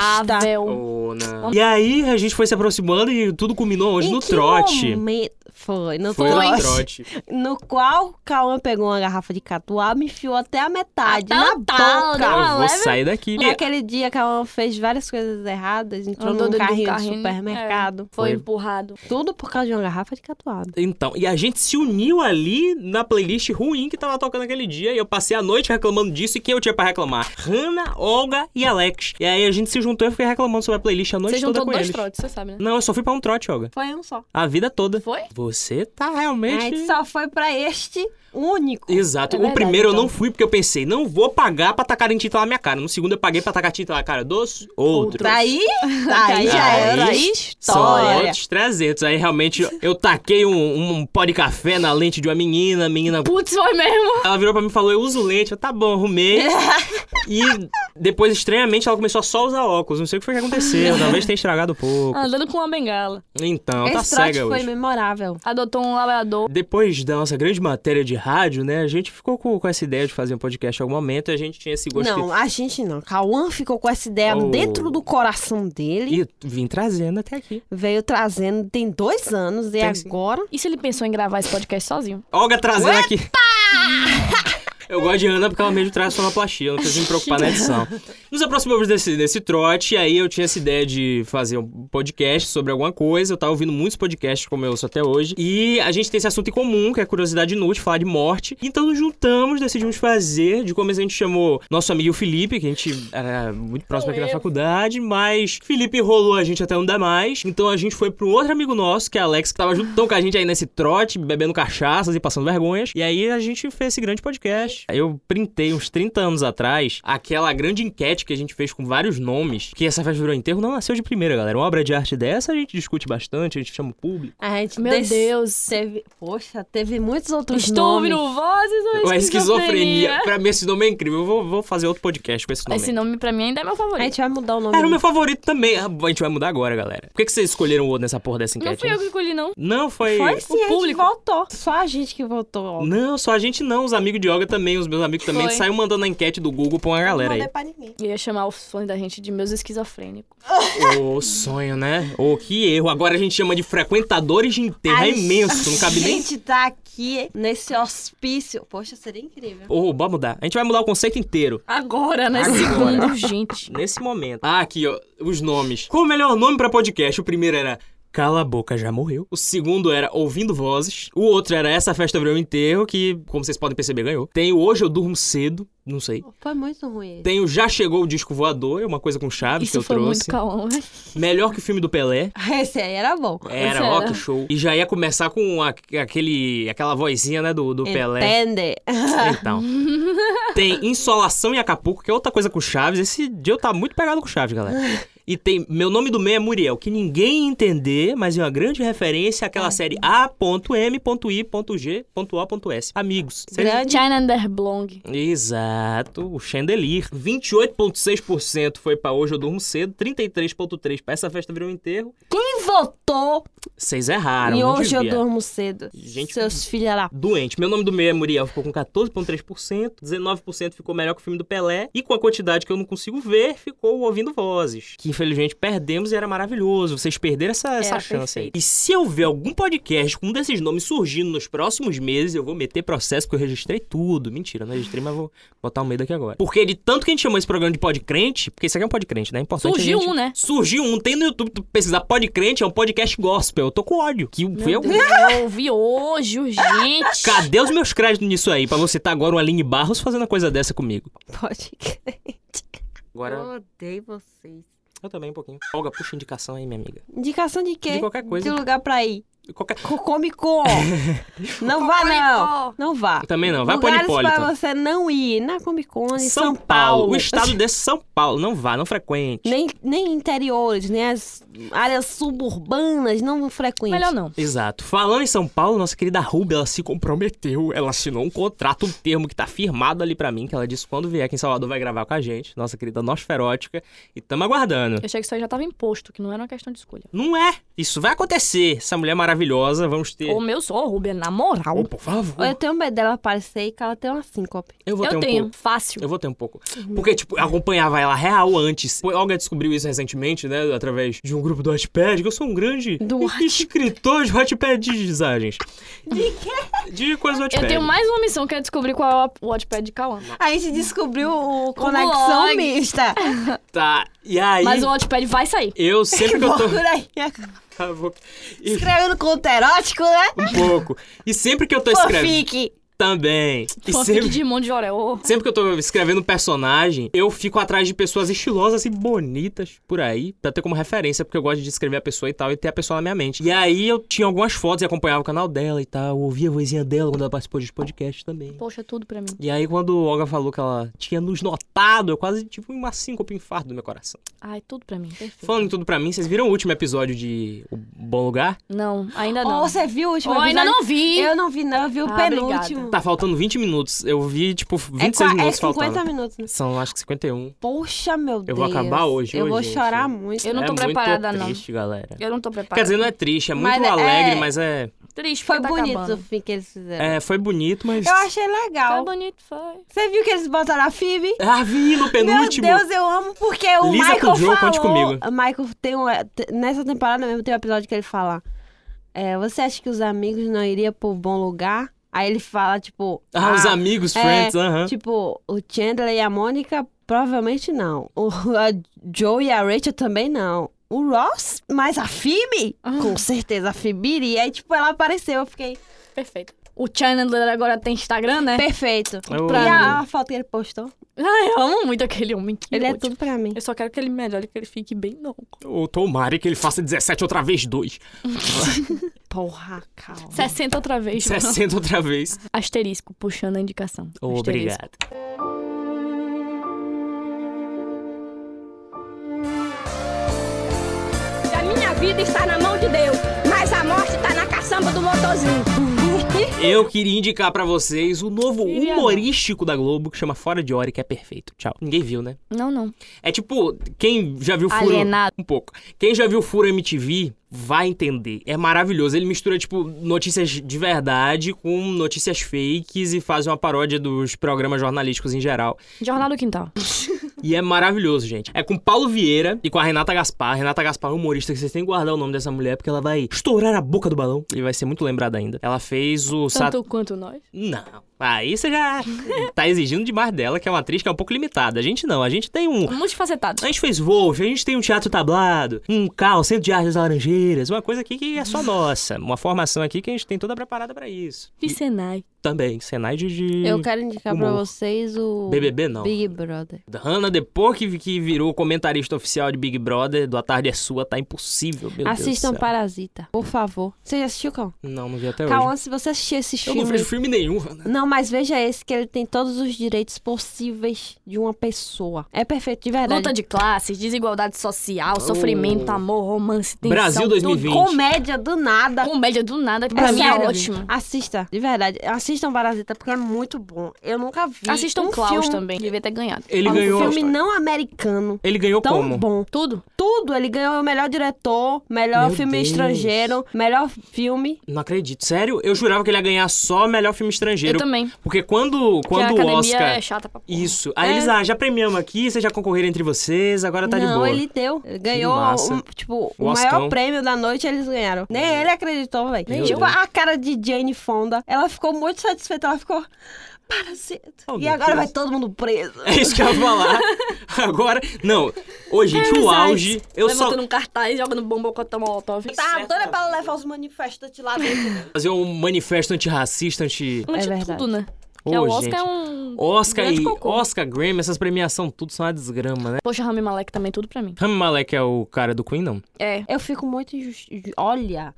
Speaker 4: insuportável.
Speaker 3: Oh, não. E aí a gente foi se aproximando e tudo culminou hoje
Speaker 5: Em
Speaker 3: no
Speaker 5: que
Speaker 3: trote.
Speaker 5: momen- Foi, no
Speaker 3: Foi
Speaker 5: trote.
Speaker 3: no trote.
Speaker 5: No qual Cauã pegou uma garrafa de catuaba e enfiou até a metade
Speaker 4: Até
Speaker 5: na
Speaker 4: o talo,
Speaker 5: boca.
Speaker 4: né? Ah,
Speaker 3: eu vou
Speaker 4: leva-
Speaker 3: sair daqui.
Speaker 5: Naquele dia, Cauã fez várias coisas erradas, entrou
Speaker 4: Andou
Speaker 5: num
Speaker 3: um
Speaker 4: dentro do
Speaker 5: carrinho de
Speaker 4: carrinho, né?
Speaker 5: supermercado.
Speaker 4: Foi
Speaker 3: Foi.
Speaker 4: empurrado.
Speaker 3: é.
Speaker 5: Tudo por causa de uma garrafa de catuaba.
Speaker 3: Então, e a gente se uniu ali na playlist ruim que tava tocando aquele dia. E eu passei a noite reclamando disso. E quem eu tinha pra reclamar? Hannah, Olga e Alex. E aí a gente se juntou e eu fiquei reclamando sobre a playlist a noite
Speaker 4: Você
Speaker 3: toda
Speaker 4: juntou
Speaker 3: com
Speaker 4: dois
Speaker 3: eles.
Speaker 4: trotes, você sabe, né?
Speaker 3: Não, eu só fui pra um trote, Olga.
Speaker 5: Foi um só.
Speaker 3: A vida toda.
Speaker 4: Foi?
Speaker 3: Você tá
Speaker 5: A
Speaker 3: realmente.
Speaker 5: gente só foi pra este único.
Speaker 3: Exato.
Speaker 4: É
Speaker 3: o
Speaker 4: verdade,
Speaker 3: primeiro eu
Speaker 4: então.
Speaker 3: não fui porque eu pensei, não vou pagar pra tacar em tinta na minha cara. No segundo eu paguei pra tacar tinta na cara dos outros.
Speaker 5: Daí, daí Tá já
Speaker 3: Aí é
Speaker 5: era
Speaker 3: São
Speaker 5: história.
Speaker 3: outros 300. Aí realmente eu- eu taquei um, um pó de café na lente de uma menina. A menina
Speaker 4: Putz, foi mesmo.
Speaker 3: Ela virou pra mim e falou, eu uso lente. Eu, tá bom, arrumei. e depois, estranhamente, ela começou a só usar óculos. Não sei o que foi que aconteceu. Talvez tenha estragado um pouco.
Speaker 4: Andando com uma bengala.
Speaker 3: Então, tá
Speaker 5: Esse trote
Speaker 3: cega
Speaker 5: foi
Speaker 3: hoje.
Speaker 5: memorável.
Speaker 4: Adotou um labrador.
Speaker 3: Depois da nossa grande matéria de rádio, né? A gente ficou com, com essa ideia de fazer um podcast em algum momento. E a gente tinha esse gosto
Speaker 5: Não, a gente não. Cauã ficou com essa ideia
Speaker 3: Oh.
Speaker 5: dentro do coração dele.
Speaker 3: que... E vim trazendo até aqui.
Speaker 5: Veio trazendo, tem dois anos, e
Speaker 3: Tem sim.
Speaker 5: agora...
Speaker 4: E se ele pensou em gravar esse podcast sozinho?
Speaker 3: Olga trazendo aqui. Eu gosto de Ana porque ela mesmo traz sonoplastia, eu não preciso me preocupar na edição. Nos aproximamos desse, desse trote, e aí eu tinha essa ideia de fazer um podcast sobre alguma coisa. Eu tava ouvindo muitos podcasts como eu ouço até hoje. E a gente tem esse assunto em comum, que é curiosidade inútil, falar de morte. Então nos juntamos, decidimos fazer. De começo a gente chamou nosso amigo Felipe, que a gente era muito próximo aqui da faculdade, mas Felipe rolou a gente até não dar mais. Então a gente foi pro outro amigo nosso, que é Alex, que tava juntão com a gente aí nesse trote, bebendo cachaças e passando vergonhas. E aí a gente fez esse grande podcast. Eu printei uns 30 anos atrás aquela grande enquete que a gente fez com vários nomes, que essa festa virou enterro, não nasceu de primeira, galera. Uma obra de arte dessa a gente discute bastante, a gente chama o público.
Speaker 5: A gente
Speaker 4: Meu
Speaker 5: des-
Speaker 4: Deus.
Speaker 5: Teve... Poxa, teve muitos outros
Speaker 4: Estou
Speaker 5: nomes.
Speaker 4: ouvindo vozes ou
Speaker 3: Ué,
Speaker 4: é
Speaker 3: esquizofrenia. Pra mim esse nome é incrível. Eu vou, vou fazer outro podcast com esse nome.
Speaker 4: Esse nome pra mim ainda é meu
Speaker 5: A
Speaker 4: favorito.
Speaker 5: gente vai mudar o nome.
Speaker 3: Era o
Speaker 5: do-
Speaker 3: meu favorito também. Ah, A gente vai mudar agora, galera. Por que, que vocês escolheram o outro nessa porra dessa enquete?
Speaker 4: Não fui eu que escolhi, não.
Speaker 3: Não, foi.
Speaker 5: Foi sim,
Speaker 4: O
Speaker 5: a gente
Speaker 4: público.
Speaker 5: voltou. Só a gente que voltou. ó.
Speaker 3: Não, só a gente não. Os amigos de Olga também, os meus amigos também.
Speaker 4: Foi.
Speaker 3: Saiu mandando a enquete do Google pra uma galera aí.
Speaker 5: pra ninguém.
Speaker 4: Eu ia chamar os fãs da gente de meus esquizofrênicos.
Speaker 3: Ô, sonho, né? Ô, que erro. Agora a gente chama de frequentadores de enterro. É imenso, não cabe
Speaker 5: A
Speaker 3: nem.
Speaker 5: gente tá aqui nesse hospício. Poxa, seria incrível.
Speaker 3: Ô, bora mudar. A gente vai mudar o conceito inteiro.
Speaker 4: Agora, né? Segundo, gente.
Speaker 3: Nesse momento. Ah, aqui, ó. Os nomes. Qual o melhor nome pra podcast? O primeiro era. Cala a boca, já morreu. O segundo era Ouvindo Vozes. O outro era Essa Festa Virou um Enterro, que, como vocês podem perceber, ganhou. Tem o Hoje Eu Durmo Cedo, não sei.
Speaker 5: Foi muito ruim.
Speaker 3: Tem o Já Chegou o Disco Voador, é uma coisa com chaves que
Speaker 4: Isso
Speaker 3: eu
Speaker 4: foi
Speaker 3: trouxe.
Speaker 4: muito né? calma, velho.
Speaker 3: Melhor que o filme do Pelé.
Speaker 5: Esse aí era bom.
Speaker 3: Era,
Speaker 4: Esse
Speaker 3: ó,
Speaker 4: era.
Speaker 3: que show. E já ia começar com a- aquele, aquela vozinha, né, do, do
Speaker 5: É
Speaker 3: Pelé.
Speaker 5: Entende?
Speaker 3: Então. tem Insolação em Acapulco, que é outra coisa com Chaves. Esse dia eu tá muito pegado com Chaves, galera. E tem Meu Nome do Meio é Muriel, que ninguém ia entender, mas é uma grande referência àquela série A.M.I.G.O.S. Amigos. Vocês
Speaker 5: Grande.
Speaker 4: China Underblong.
Speaker 3: Exato, o chandelier. 28,6% foi pra hoje eu durmo cedo, 33,3% pra essa festa virou Um enterro.
Speaker 5: Quem votou
Speaker 3: Vocês erraram,
Speaker 5: e
Speaker 3: Ah, não
Speaker 5: hoje eu
Speaker 3: devia.
Speaker 5: durmo cedo?
Speaker 3: Gente-
Speaker 5: Seus filhos lá.
Speaker 3: Doente. Meu nome do meio é Muriel, ficou com 14,3%, 19% ficou melhor que o filme do Pelé, e com a quantidade que eu não consigo ver, ficou o ouvindo vozes. Que infelizmente perdemos e era maravilhoso. Vocês perderam essa, essa chance aí. E se eu ver algum podcast com um desses nomes surgindo nos próximos meses, eu vou meter processo porque eu registrei tudo. Mentira, não registrei, mas vou botar um medo aqui agora. Porque de tanto que a gente chamou esse programa de podcrente, porque isso aqui é um podcrente, né? É importante.
Speaker 4: Surgiu
Speaker 3: a gente...
Speaker 4: um, né?
Speaker 3: Surgiu um, tem no YouTube, tu pesquisar podcrente, é um podcast gospel. Eu tô com ódio. Que
Speaker 4: Meu
Speaker 3: foi eu.
Speaker 4: Deus, eu ouvi hoje, urgente.
Speaker 3: Cadê os meus créditos nisso aí? Pra você tá agora uma Aline Barros fazendo uma coisa dessa comigo.
Speaker 5: Pode crer.
Speaker 3: Agora,
Speaker 5: odeio vocês.
Speaker 3: eu também um pouquinho. Olga, puxa indicação aí, minha amiga.
Speaker 5: Indicação de quê?
Speaker 3: De qualquer coisa.
Speaker 5: De lugar pra ir.
Speaker 3: Qualquer...
Speaker 5: Comicô. Não vá, não. Não vá.
Speaker 3: Também não, vai pro
Speaker 5: Lugares
Speaker 3: Hipólito.
Speaker 5: pra você não ir na Comic Con em
Speaker 3: São Paulo. O estado de São Paulo. Não vá, não frequente.
Speaker 5: Nem, nem interiores, nem as áreas suburbanas, não frequente.
Speaker 4: Melhor não.
Speaker 3: Exato. Falando em São Paulo, nossa querida Ruby, ela se comprometeu. Ela assinou um contrato, um termo que tá firmado ali pra mim, que ela disse quando vier aqui em Salvador vai gravar com a gente. Nossa querida Nosferótica. E tamo aguardando.
Speaker 4: Eu achei que isso aí já tava imposto, que não era uma questão de escolha.
Speaker 3: Não é. Isso vai acontecer. Essa mulher maravilhosa, vamos ter...
Speaker 4: O meu sou, Ruben, na moral.
Speaker 3: Oh, por favor.
Speaker 5: Eu tenho medo dela aparecer e que ela tem uma síncope.
Speaker 3: Eu vou ter
Speaker 4: eu
Speaker 3: um
Speaker 4: tenho,
Speaker 3: pouco.
Speaker 4: fácil.
Speaker 3: Eu vou ter um pouco. Porque, tipo, eu acompanhava ela real antes. O Olga descobriu isso recentemente, né? Através de um grupo do Wattpad, que eu sou um grande
Speaker 5: Do
Speaker 3: escritor de Wattpad de designs. De quê? De coisa do Wattpad.
Speaker 4: Eu tenho mais uma missão que é descobrir qual é o Watchpad de Cauã.
Speaker 5: A gente descobriu o Conexão
Speaker 4: blog.
Speaker 5: Mista.
Speaker 3: Tá, e aí...
Speaker 4: Mas o é Watchpad vai sair.
Speaker 3: Eu sempre que eu tô...
Speaker 5: Procura aí.
Speaker 3: Tá bom. E-
Speaker 5: Escreveu no né? conto erótico, né?
Speaker 3: um pouco. E sempre que eu tô escrevendo...
Speaker 5: Fofique.
Speaker 3: Também. E
Speaker 4: Fanfic
Speaker 3: sempre...
Speaker 4: de Irmão de Jorel. Ô,
Speaker 3: Sempre que eu tô escrevendo personagem, eu fico atrás de pessoas estilosas e bonitas por aí, pra ter como referência, porque eu gosto de escrever a pessoa e tal, e ter a pessoa na minha mente. E aí eu tinha algumas fotos e acompanhava o canal dela e tal, eu ouvia a vozinha dela quando ela participou de podcast também.
Speaker 4: Poxa, tudo pra mim.
Speaker 3: E aí quando Olga falou que ela tinha nos notado, eu quase tive uma síncope, um infarto do meu coração.
Speaker 4: Ai, tudo pra mim. Perfeito.
Speaker 3: Falando em tudo pra mim, vocês viram o último episódio de O Bom Lugar?
Speaker 4: Não, ainda não.
Speaker 5: Ou você viu o último
Speaker 4: Ou ainda
Speaker 5: episódio?
Speaker 4: não vi.
Speaker 5: Eu não vi, não. Eu vi o
Speaker 4: Ah,
Speaker 5: penúltimo.
Speaker 3: Tá faltando 20 minutos, eu vi tipo
Speaker 5: É,
Speaker 3: 26
Speaker 5: qua- é
Speaker 3: minutos
Speaker 5: 50
Speaker 3: faltando.
Speaker 5: minutos. né?
Speaker 3: São acho que 51.
Speaker 5: Poxa, meu Deus.
Speaker 3: Eu vou acabar hoje,
Speaker 5: Eu
Speaker 3: hoje,
Speaker 5: vou
Speaker 3: gente.
Speaker 5: chorar muito.
Speaker 4: Eu não
Speaker 3: é
Speaker 4: tô
Speaker 3: muito
Speaker 4: preparada, não.
Speaker 3: triste, galera.
Speaker 4: Eu não tô preparada.
Speaker 3: Quer dizer, não é triste, é muito
Speaker 5: Mas é-
Speaker 3: alegre,
Speaker 5: é-
Speaker 3: mas é,
Speaker 4: Triste,
Speaker 5: Foi
Speaker 4: porque tá
Speaker 5: bonito o
Speaker 4: acabando.
Speaker 5: fim que eles fizeram.
Speaker 3: é. Foi bonito, mas.
Speaker 5: Eu achei
Speaker 4: Foi
Speaker 5: legal.
Speaker 4: bonito, foi.
Speaker 5: Você viu que eles botaram a Phoebe?
Speaker 3: Ah, vi no penúltimo.
Speaker 5: Meu Deus, eu amo porque o
Speaker 3: Lisa
Speaker 5: Michael
Speaker 3: Kudrow,
Speaker 5: falou...
Speaker 3: conte comigo.
Speaker 5: O Michael tem um... te- Nessa temporada mesmo tem um episódio que ele fala... é, você acha que os amigos não iriam pro bom lugar? Aí ele fala, tipo...
Speaker 3: Ah, os amigos,
Speaker 5: é,
Speaker 3: friends, aham.
Speaker 5: Tipo, o Chandler e a Mônica, provavelmente não. O, a Joe e a Rachel também não. O Ross, mas a Phoebe? Com certeza, a Phoebe iria. Aí, tipo, ela apareceu, eu fiquei...
Speaker 4: Perfeito. O Chandler agora tem Instagram,
Speaker 5: É.
Speaker 4: né?
Speaker 5: Perfeito.
Speaker 3: Eu
Speaker 5: E
Speaker 3: amo.
Speaker 5: a, a foto que ele postou?
Speaker 4: Ai, eu amo muito aquele homem. Que
Speaker 5: Ele é
Speaker 4: ódio.
Speaker 5: tudo pra mim.
Speaker 4: Eu só quero que ele melhore, que ele fique bem louco.
Speaker 3: Ou tomara que ele faça 17 outra vez, 2.
Speaker 5: Porra, calma.
Speaker 4: 60 outra vez. mano.
Speaker 3: 60 outra vez.
Speaker 4: Asterisco, puxando a indicação. Asterisco.
Speaker 3: Obrigado.
Speaker 8: A minha vida está na mão de Deus, mas a morte está na caçamba do motorzinho.
Speaker 3: Eu queria indicar pra vocês o novo
Speaker 5: né?
Speaker 4: Queria não.
Speaker 3: humorístico da Globo que chama Fora de Hora e que é perfeito. Tchau. Ninguém viu, né?
Speaker 4: Não, não.
Speaker 3: É tipo, quem já viu Furo...
Speaker 4: Alienado.
Speaker 3: Um pouco. Quem já viu Furo MTV vai entender. É maravilhoso. Ele mistura, tipo, notícias de verdade com notícias fakes e faz uma paródia dos programas jornalísticos em geral.
Speaker 4: Jornal do Quintal.
Speaker 3: E é maravilhoso, gente. É com Paulo Vieira e com a Renata Gaspar. Renata Gaspar é uma humorista que vocês têm que guardar o nome dessa mulher porque ela vai estourar a boca do balão e vai ser muito lembrada ainda. Ela fez o... Sat-
Speaker 4: Tanto quanto nós.
Speaker 3: Não. Aí você já tá exigindo demais dela, que é uma atriz que é um pouco limitada. A gente não. A gente tem um...
Speaker 4: Multifacetados.
Speaker 3: A gente fez Wolf, a gente tem um teatro tablado, um carro, centro de artes das laranjeiras, uma coisa aqui que é só nossa. Uma formação aqui que a gente tem toda preparada pra isso.
Speaker 4: E Senai.
Speaker 3: Também, Senai de. de-
Speaker 5: Eu quero indicar pra
Speaker 3: humor.
Speaker 5: vocês o.
Speaker 3: BBB não.
Speaker 5: Big Brother.
Speaker 3: Hannah, depois que, que virou comentarista oficial de Big Brother, do A Tarde é Sua, tá impossível, meu
Speaker 5: Assistam
Speaker 3: Deus. do céu.
Speaker 5: Parasita, por favor. Você já assistiu, Cão?
Speaker 3: Não, não vi até hoje.
Speaker 5: Cauã, se você assistir esse
Speaker 3: Eu
Speaker 5: filme.
Speaker 3: não vejo filme nenhum, Hannah.
Speaker 5: Não, mas veja esse, que ele tem todos os direitos possíveis de uma pessoa. É perfeito, de verdade.
Speaker 4: Luta de classes, desigualdade social,
Speaker 5: Oh.
Speaker 4: sofrimento, amor, romance, tensão.
Speaker 3: Brasil
Speaker 4: tudo.
Speaker 3: 2020.
Speaker 5: Comédia do nada.
Speaker 4: Comédia do nada, que pra
Speaker 5: É
Speaker 4: mim é
Speaker 5: sério.
Speaker 4: ótimo.
Speaker 5: Assista, de verdade. Assistam Parasita, porque é muito bom. Eu nunca vi.
Speaker 4: Assistam
Speaker 5: um
Speaker 4: Klaus
Speaker 5: filme,
Speaker 4: também. Devia ter ganhado.
Speaker 3: Ele
Speaker 5: um
Speaker 3: ganhou.
Speaker 5: filme não americano.
Speaker 3: Ele ganhou
Speaker 5: Tão
Speaker 3: como?
Speaker 5: bom.
Speaker 4: Tudo?
Speaker 5: Tudo. Ele ganhou o melhor diretor, melhor
Speaker 3: Meu
Speaker 5: filme
Speaker 3: Deus.
Speaker 5: estrangeiro, melhor filme.
Speaker 3: Não acredito. Sério? Eu jurava que ele ia ganhar só melhor filme
Speaker 4: Eu
Speaker 3: estrangeiro.
Speaker 4: também.
Speaker 3: Porque quando,
Speaker 4: Porque a
Speaker 3: quando o
Speaker 4: academia
Speaker 3: Oscar.
Speaker 4: é chata pra porra.
Speaker 3: Isso.
Speaker 5: É.
Speaker 3: Aí eles, ah, já premiamos aqui, vocês já concorreram entre vocês, agora tá de
Speaker 5: não,
Speaker 3: boa.
Speaker 5: ele deu. Ele Ganhou,
Speaker 3: massa.
Speaker 5: um, tipo,
Speaker 3: O
Speaker 5: o,
Speaker 3: Oscão.
Speaker 5: maior prêmio da noite eles ganharam. Nem ele acreditou, velho.
Speaker 3: Meu
Speaker 5: Tipo,
Speaker 3: Deus.
Speaker 5: a cara de Jane Fonda, ela ficou muito satisfeita. Ela ficou, parasita.
Speaker 3: Oh,
Speaker 5: e
Speaker 3: meu
Speaker 5: agora
Speaker 3: Deus.
Speaker 5: vai todo mundo preso.
Speaker 3: É isso que eu ia falar. Agora, não. Ô,
Speaker 5: é
Speaker 3: gente, o auge. Eu só
Speaker 4: Levantando um cartaz, jogando bomba contra molotov.
Speaker 5: Tá doida pra ela levar os manifestantes lá dentro.
Speaker 3: fazer um manifesto antirracista, anti.
Speaker 4: Um
Speaker 5: É
Speaker 4: de
Speaker 5: verdade.
Speaker 4: tudo, né?
Speaker 3: Ô,
Speaker 4: é, o
Speaker 3: gente.
Speaker 4: Oscar é um...
Speaker 3: Oscar
Speaker 4: grande
Speaker 3: e
Speaker 4: cocô.
Speaker 3: Oscar Grammy, essas premiações tudo são uma desgrama, né?
Speaker 4: Poxa, Rami Malek também, tudo pra mim.
Speaker 3: Rami Malek é o cara do Queen, não?
Speaker 4: É.
Speaker 5: Eu fico muito injusti... Olha,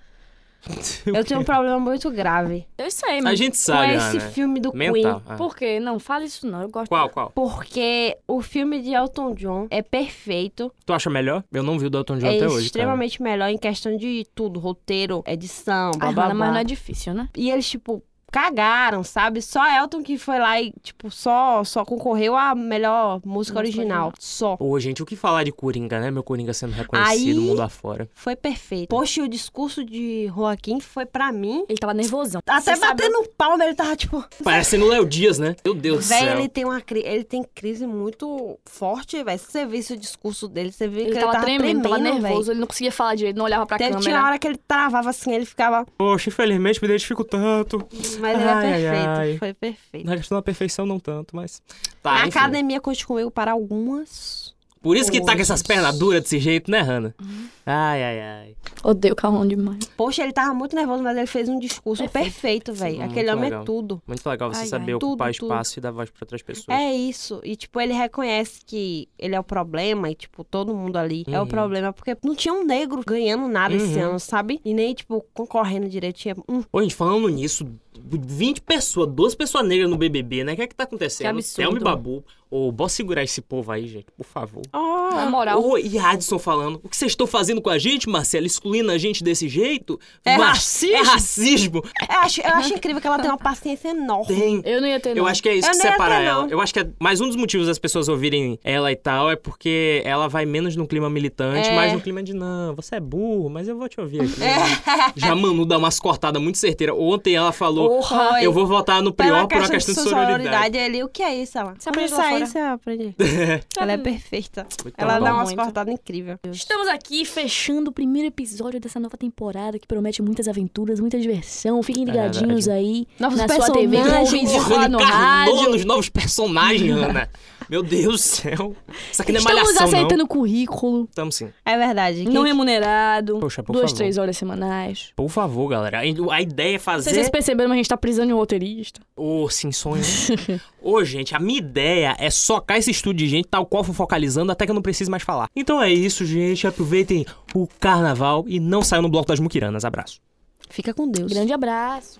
Speaker 5: Eu tenho um problema muito grave
Speaker 4: Eu sei,
Speaker 3: A
Speaker 4: mas.
Speaker 3: gente
Speaker 5: Hum, com
Speaker 3: sabe, ah,
Speaker 5: esse
Speaker 3: Ana.
Speaker 5: filme do
Speaker 3: Mental.
Speaker 5: Queen.
Speaker 3: ah.
Speaker 4: Por quê? Não, fala isso não. Eu gosto.
Speaker 3: Qual, qual?
Speaker 5: Porque o filme de Elton John é perfeito,
Speaker 3: Tu acha melhor? Eu não vi o Dalton John
Speaker 5: é
Speaker 3: até hoje.
Speaker 5: extremamente melhor em questão de tudo, roteiro, edição, blá
Speaker 4: Ah,
Speaker 5: blá
Speaker 4: Rana, mas não
Speaker 5: blá.
Speaker 4: é difícil, né?
Speaker 5: E eles, tipo, cagaram, sabe? Só Elton que foi lá e, tipo, só, só concorreu à melhor música
Speaker 4: Música
Speaker 5: original.
Speaker 4: original.
Speaker 5: Só.
Speaker 3: Cara. Ô, gente, o que falar de Coringa, né? Meu Coringa sendo reconhecido
Speaker 5: Aí-
Speaker 3: mundo afora.
Speaker 5: Foi perfeito. Poxa, e o discurso de Joaquim foi pra mim.
Speaker 4: Ele tava nervosão.
Speaker 5: Até
Speaker 4: Você sabe- né?
Speaker 5: batendo palma, ele tava tipo.
Speaker 3: Parecendo o Léo Dias, né? Meu Deus do
Speaker 5: Véi,
Speaker 3: céu.
Speaker 5: ele tem uma cri- ele tem crise muito forte, velho. Se você visse o discurso dele, você vê que
Speaker 4: Ele,
Speaker 5: ele
Speaker 4: tava,
Speaker 5: tava
Speaker 4: tremendo, tava
Speaker 5: tremendo,
Speaker 4: nervoso,
Speaker 5: véi.
Speaker 4: ele não conseguia falar direito, não olhava pra
Speaker 5: Teve-
Speaker 4: câmera.
Speaker 5: Tinha hora que ele travava assim, ele ficava.
Speaker 3: Poxa, infelizmente me identifico tanto.
Speaker 5: Mas ele é
Speaker 3: Ai, ai,
Speaker 5: perfeito.
Speaker 3: ai.
Speaker 5: Foi perfeito.
Speaker 3: Na questão da perfeição, não tanto, mas. Tá,
Speaker 5: A
Speaker 3: enfim.
Speaker 5: academia conte comigo para algumas.
Speaker 3: Por isso que tá com essas
Speaker 5: Coisas.
Speaker 3: pernas duras desse jeito, né, Hannah?
Speaker 5: Uhum.
Speaker 3: Ai, ai, ai.
Speaker 4: Odeio o Calrão demais.
Speaker 5: Poxa, ele tava muito nervoso, mas ele fez um discurso perfeito, velho.
Speaker 3: Hum,
Speaker 5: Aquele
Speaker 3: muito
Speaker 5: homem
Speaker 3: legal.
Speaker 5: é tudo.
Speaker 3: Muito legal você
Speaker 4: Ai,
Speaker 3: saber
Speaker 5: ai.
Speaker 3: ocupar
Speaker 5: Tudo, tudo.
Speaker 3: espaço e dar voz pra outras pessoas.
Speaker 5: É isso. E, tipo, ele reconhece que ele é o problema e, tipo, todo mundo ali é o
Speaker 3: Uhum.
Speaker 5: problema. Porque não tinha um negro ganhando nada esse
Speaker 3: Uhum.
Speaker 5: ano, sabe? E nem, tipo, concorrendo direitinho. Um
Speaker 3: Ô, gente, falando nisso, 20 pessoas, 12 pessoas negras no BBB, né? O que é que tá acontecendo?
Speaker 4: Que absurdo.
Speaker 3: Thelma e Babu. Ô, bora segurar esse povo aí, gente, por favor. Ah,
Speaker 4: Na moral.
Speaker 3: Ô, e Adson falando, o que vocês estão fazendo com a gente, Marcelo? Excluindo a gente desse jeito?
Speaker 5: É
Speaker 3: Mas-
Speaker 5: racismo?
Speaker 3: É racismo!
Speaker 5: Eu acho, eu acho incrível que ela tem uma paciência enorme.
Speaker 3: Tem.
Speaker 4: Eu não ia ter, não.
Speaker 3: Eu acho que é isso
Speaker 5: Eu
Speaker 3: que
Speaker 5: não ia
Speaker 3: separa
Speaker 5: ter, não.
Speaker 3: ela. Eu acho que é... mais um dos motivos das pessoas ouvirem ela e tal é porque ela vai menos no clima militante,
Speaker 5: É.
Speaker 3: mais no clima de não, você é burro, mas eu vou te ouvir aqui. Já a Manu dá umas cortadas muito certeiras. Ontem ela falou,
Speaker 5: Porra,
Speaker 3: Ah, eu vou votar no pior por uma questão de sororidade.
Speaker 5: ali, o que é isso, é ela?
Speaker 4: Você aprende
Speaker 5: Quando
Speaker 4: lá
Speaker 5: sair,
Speaker 4: fora.
Speaker 5: você aprende. ela é perfeita.
Speaker 3: Muito
Speaker 5: Ela
Speaker 3: Tá Então, bom.
Speaker 5: dá um umas
Speaker 4: Muito.
Speaker 5: cortadas incríveis.
Speaker 4: Estamos aqui fechando o primeiro episódio dessa nova temporada que promete muitas aventuras, muita diversão. Fiquem
Speaker 3: É verdade.
Speaker 4: ligadinhos aí.
Speaker 5: Novos
Speaker 4: na sua TV,
Speaker 3: Então,
Speaker 5: personagens.
Speaker 4: de
Speaker 3: Porra,
Speaker 4: falar
Speaker 3: ele
Speaker 4: no
Speaker 3: encarnou
Speaker 4: rádio.
Speaker 3: nos tipo, novos personagens, Ana. Meu Deus do céu. Isso aqui não é
Speaker 4: Estamos
Speaker 3: malhação, não.
Speaker 4: aceitando currículo,
Speaker 3: Estamos sim.
Speaker 5: É verdade.
Speaker 4: não
Speaker 5: Quem-
Speaker 4: remunerado,
Speaker 3: Poxa, por
Speaker 4: duas,
Speaker 3: favor.
Speaker 4: três horas semanais.
Speaker 3: Por favor, galera. A a ideia é
Speaker 4: Não sei
Speaker 3: fazer...
Speaker 4: se vocês perceberam, mas a gente tá precisando de um roteirista.
Speaker 3: Ô, sim, sonho. né? Ô, gente, a minha ideia é socar esse estúdio de gente tal qual focalizando até que eu não precise mais falar. Então é isso, gente. Aproveitem o carnaval e não saiam no bloco das muquiranas. Abraço.
Speaker 5: Fica com Deus.
Speaker 4: Grande abraço.